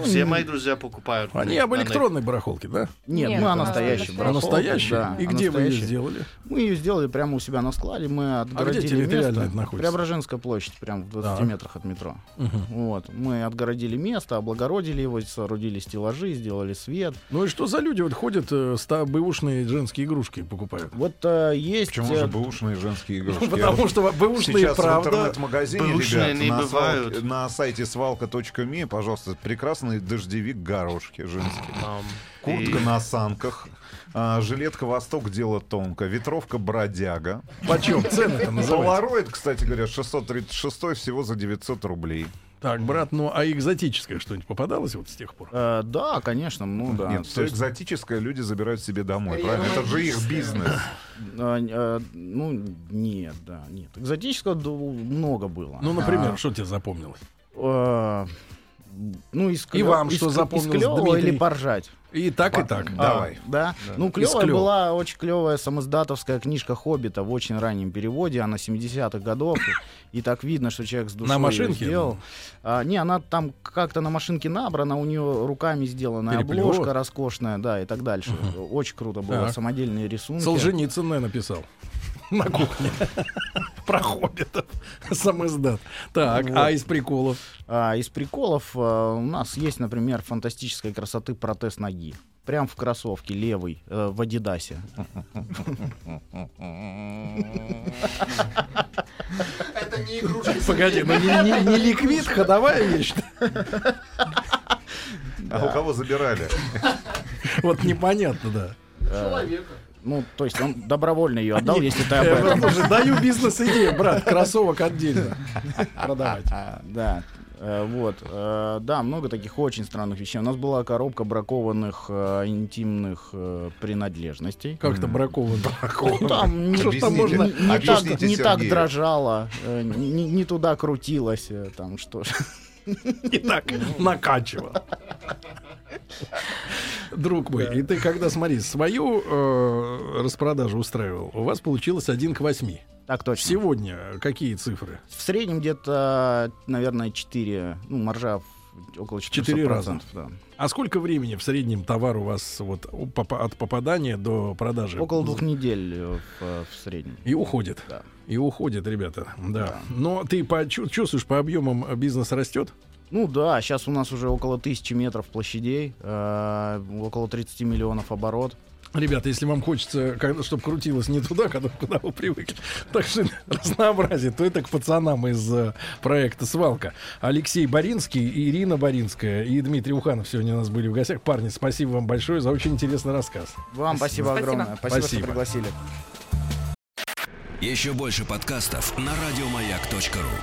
Speaker 7: Все мои друзья покупают.
Speaker 2: Ну, Они
Speaker 7: на
Speaker 2: об
Speaker 7: них.
Speaker 2: электронной барахолке, да?
Speaker 5: Нет,
Speaker 6: Нет,
Speaker 5: мы о
Speaker 6: а,
Speaker 5: настоящей
Speaker 6: а
Speaker 2: Про
Speaker 5: барахолке, да,
Speaker 2: настоящее. И
Speaker 5: о
Speaker 2: где вы ее
Speaker 5: настоящей.
Speaker 2: сделали?
Speaker 5: Мы ее сделали прямо у себя на складе. Мы отгородили
Speaker 2: А территориально
Speaker 5: место.
Speaker 2: это находится?
Speaker 5: Преображенская площадь, прям в 20
Speaker 2: Так.
Speaker 5: метрах от метро. Вот. Мы отгородили место, облагородили его, соорудили стеллажи, сделали свет.
Speaker 2: Ну и что за люди вот ходят, э, ста- бэушные женские игрушки покупают?
Speaker 5: Вот э, есть...
Speaker 4: Почему
Speaker 5: э,
Speaker 4: же бэушные женские игрушки?
Speaker 2: (laughs) Потому что бэушные,
Speaker 4: Сейчас в
Speaker 2: правда...
Speaker 4: интернет-магазине,
Speaker 7: бэушные
Speaker 4: ребят,
Speaker 7: не
Speaker 4: на,
Speaker 7: бывают.
Speaker 4: свалке- на сайте свалка.ми, пожалуйста, прекрасный дождевик горошки женский.
Speaker 7: Ам,
Speaker 4: Куртка
Speaker 7: и-
Speaker 4: на санках, а, жилетка «Восток» дело тонко, ветровка «Бродяга».
Speaker 2: Почем? Цены-то называют.
Speaker 4: Полароид, кстати говоря, 636 всего за 900 рублей.
Speaker 2: Так, брат, ну а экзотическое что-нибудь попадалось вот с тех пор?
Speaker 5: э, да, конечно, ну да.
Speaker 4: Нет,
Speaker 5: То
Speaker 4: все
Speaker 5: есть,
Speaker 4: экзотическое люди забирают себе домой, правильно? Это же их бизнес.
Speaker 5: э, э, ну, нет, да, нет. Экзотического ду- много было.
Speaker 2: Ну,
Speaker 4: А.
Speaker 2: например, что тебе запомнилось?
Speaker 5: А, э, ну, из
Speaker 2: И вам
Speaker 5: клё- из
Speaker 2: что
Speaker 5: клё- из
Speaker 2: запомнилось,
Speaker 5: клёвого
Speaker 2: Дмитрий?
Speaker 5: или поржать.
Speaker 2: И так, и так.
Speaker 4: Давай.
Speaker 5: А, Да.
Speaker 3: Да.
Speaker 5: Ну, клевая
Speaker 2: клёва.
Speaker 5: была очень клевая самоздатовская книжка Хоббита в очень раннем переводе. Она 70-х годов. И так видно, что человек с душой
Speaker 2: На
Speaker 5: её
Speaker 2: машинке?
Speaker 5: сделал. А, не, она там как-то на машинке набрана, у нее руками сделанная
Speaker 2: Переплёт.
Speaker 5: обложка роскошная, да, и так дальше. Очень круто было.
Speaker 2: Так.
Speaker 5: Самодельные рисунки.
Speaker 2: Солженицын, наверное, писал. (laughs) На кухне. (laughs) Про хоббитов. Сам издат. Так, а из приколов?
Speaker 5: А, из приколов а, у нас есть, например, фантастической красоты протез ноги. Прям в кроссовке левый, э,
Speaker 2: (laughs)
Speaker 5: в Адидасе.
Speaker 2: Погоди, ну не, не- не ликвид, ходовая вещь.
Speaker 4: А у кого забирали?
Speaker 2: Вот непонятно, да.
Speaker 5: Ну, то есть он добровольно ее отдал, если ты об
Speaker 2: Я
Speaker 5: этом.
Speaker 2: вам тоже даю бизнес-идею, брат, кроссовок отдельно продавать.
Speaker 5: А, Да, э, вот, э, да, много таких очень странных вещей. У нас была коробка бракованных э, интимных э, принадлежностей.
Speaker 2: Как-то браковано.
Speaker 5: Ну, Там не,
Speaker 4: Объясните.
Speaker 5: там можно- не- не так,
Speaker 4: Объясните
Speaker 5: не так
Speaker 4: Сергею.
Speaker 5: дрожала, э, не, не- не туда крутилась, э, там что ж. (laughs)
Speaker 2: И так накачивал. Друг мой, и ты когда, смотри, свою э, распродажу устраивал, у вас получилось один к 8.
Speaker 5: Так точно.
Speaker 2: Сегодня какие цифры?
Speaker 5: В среднем где-то, наверное, 4, ну, маржа в- около 400%.
Speaker 2: Четыре раза.
Speaker 5: да.
Speaker 2: А сколько времени в среднем товар у вас вот у- попа- от попадания до продажи?
Speaker 5: Около двух недель э, в, в среднем.
Speaker 2: И уходит.
Speaker 5: Да.
Speaker 2: И уходит, ребята. Да. Но ты по, чу- чувствуешь, по объемам э, бизнес растет?
Speaker 5: Ну да, сейчас у нас уже около тысячи метров площадей, э, около 30 миллионов оборот.
Speaker 2: Ребята, если вам хочется, чтобы крутилось не туда, (laughs) когда, куда вы привыкли, так что (laughs) разнообразие, то это к пацанам из э, проекта «Свалка». Алексей Боринский, и Ирина Боринская и Дмитрий Уханов сегодня у нас были в гостях. Парни, спасибо вам большое за очень интересный рассказ.
Speaker 5: Вам спасибо,
Speaker 6: Спасибо.
Speaker 5: огромное. спасибо,
Speaker 2: Спасибо.
Speaker 5: что пригласили.
Speaker 1: Еще больше подкастов на радиомаяк.ру.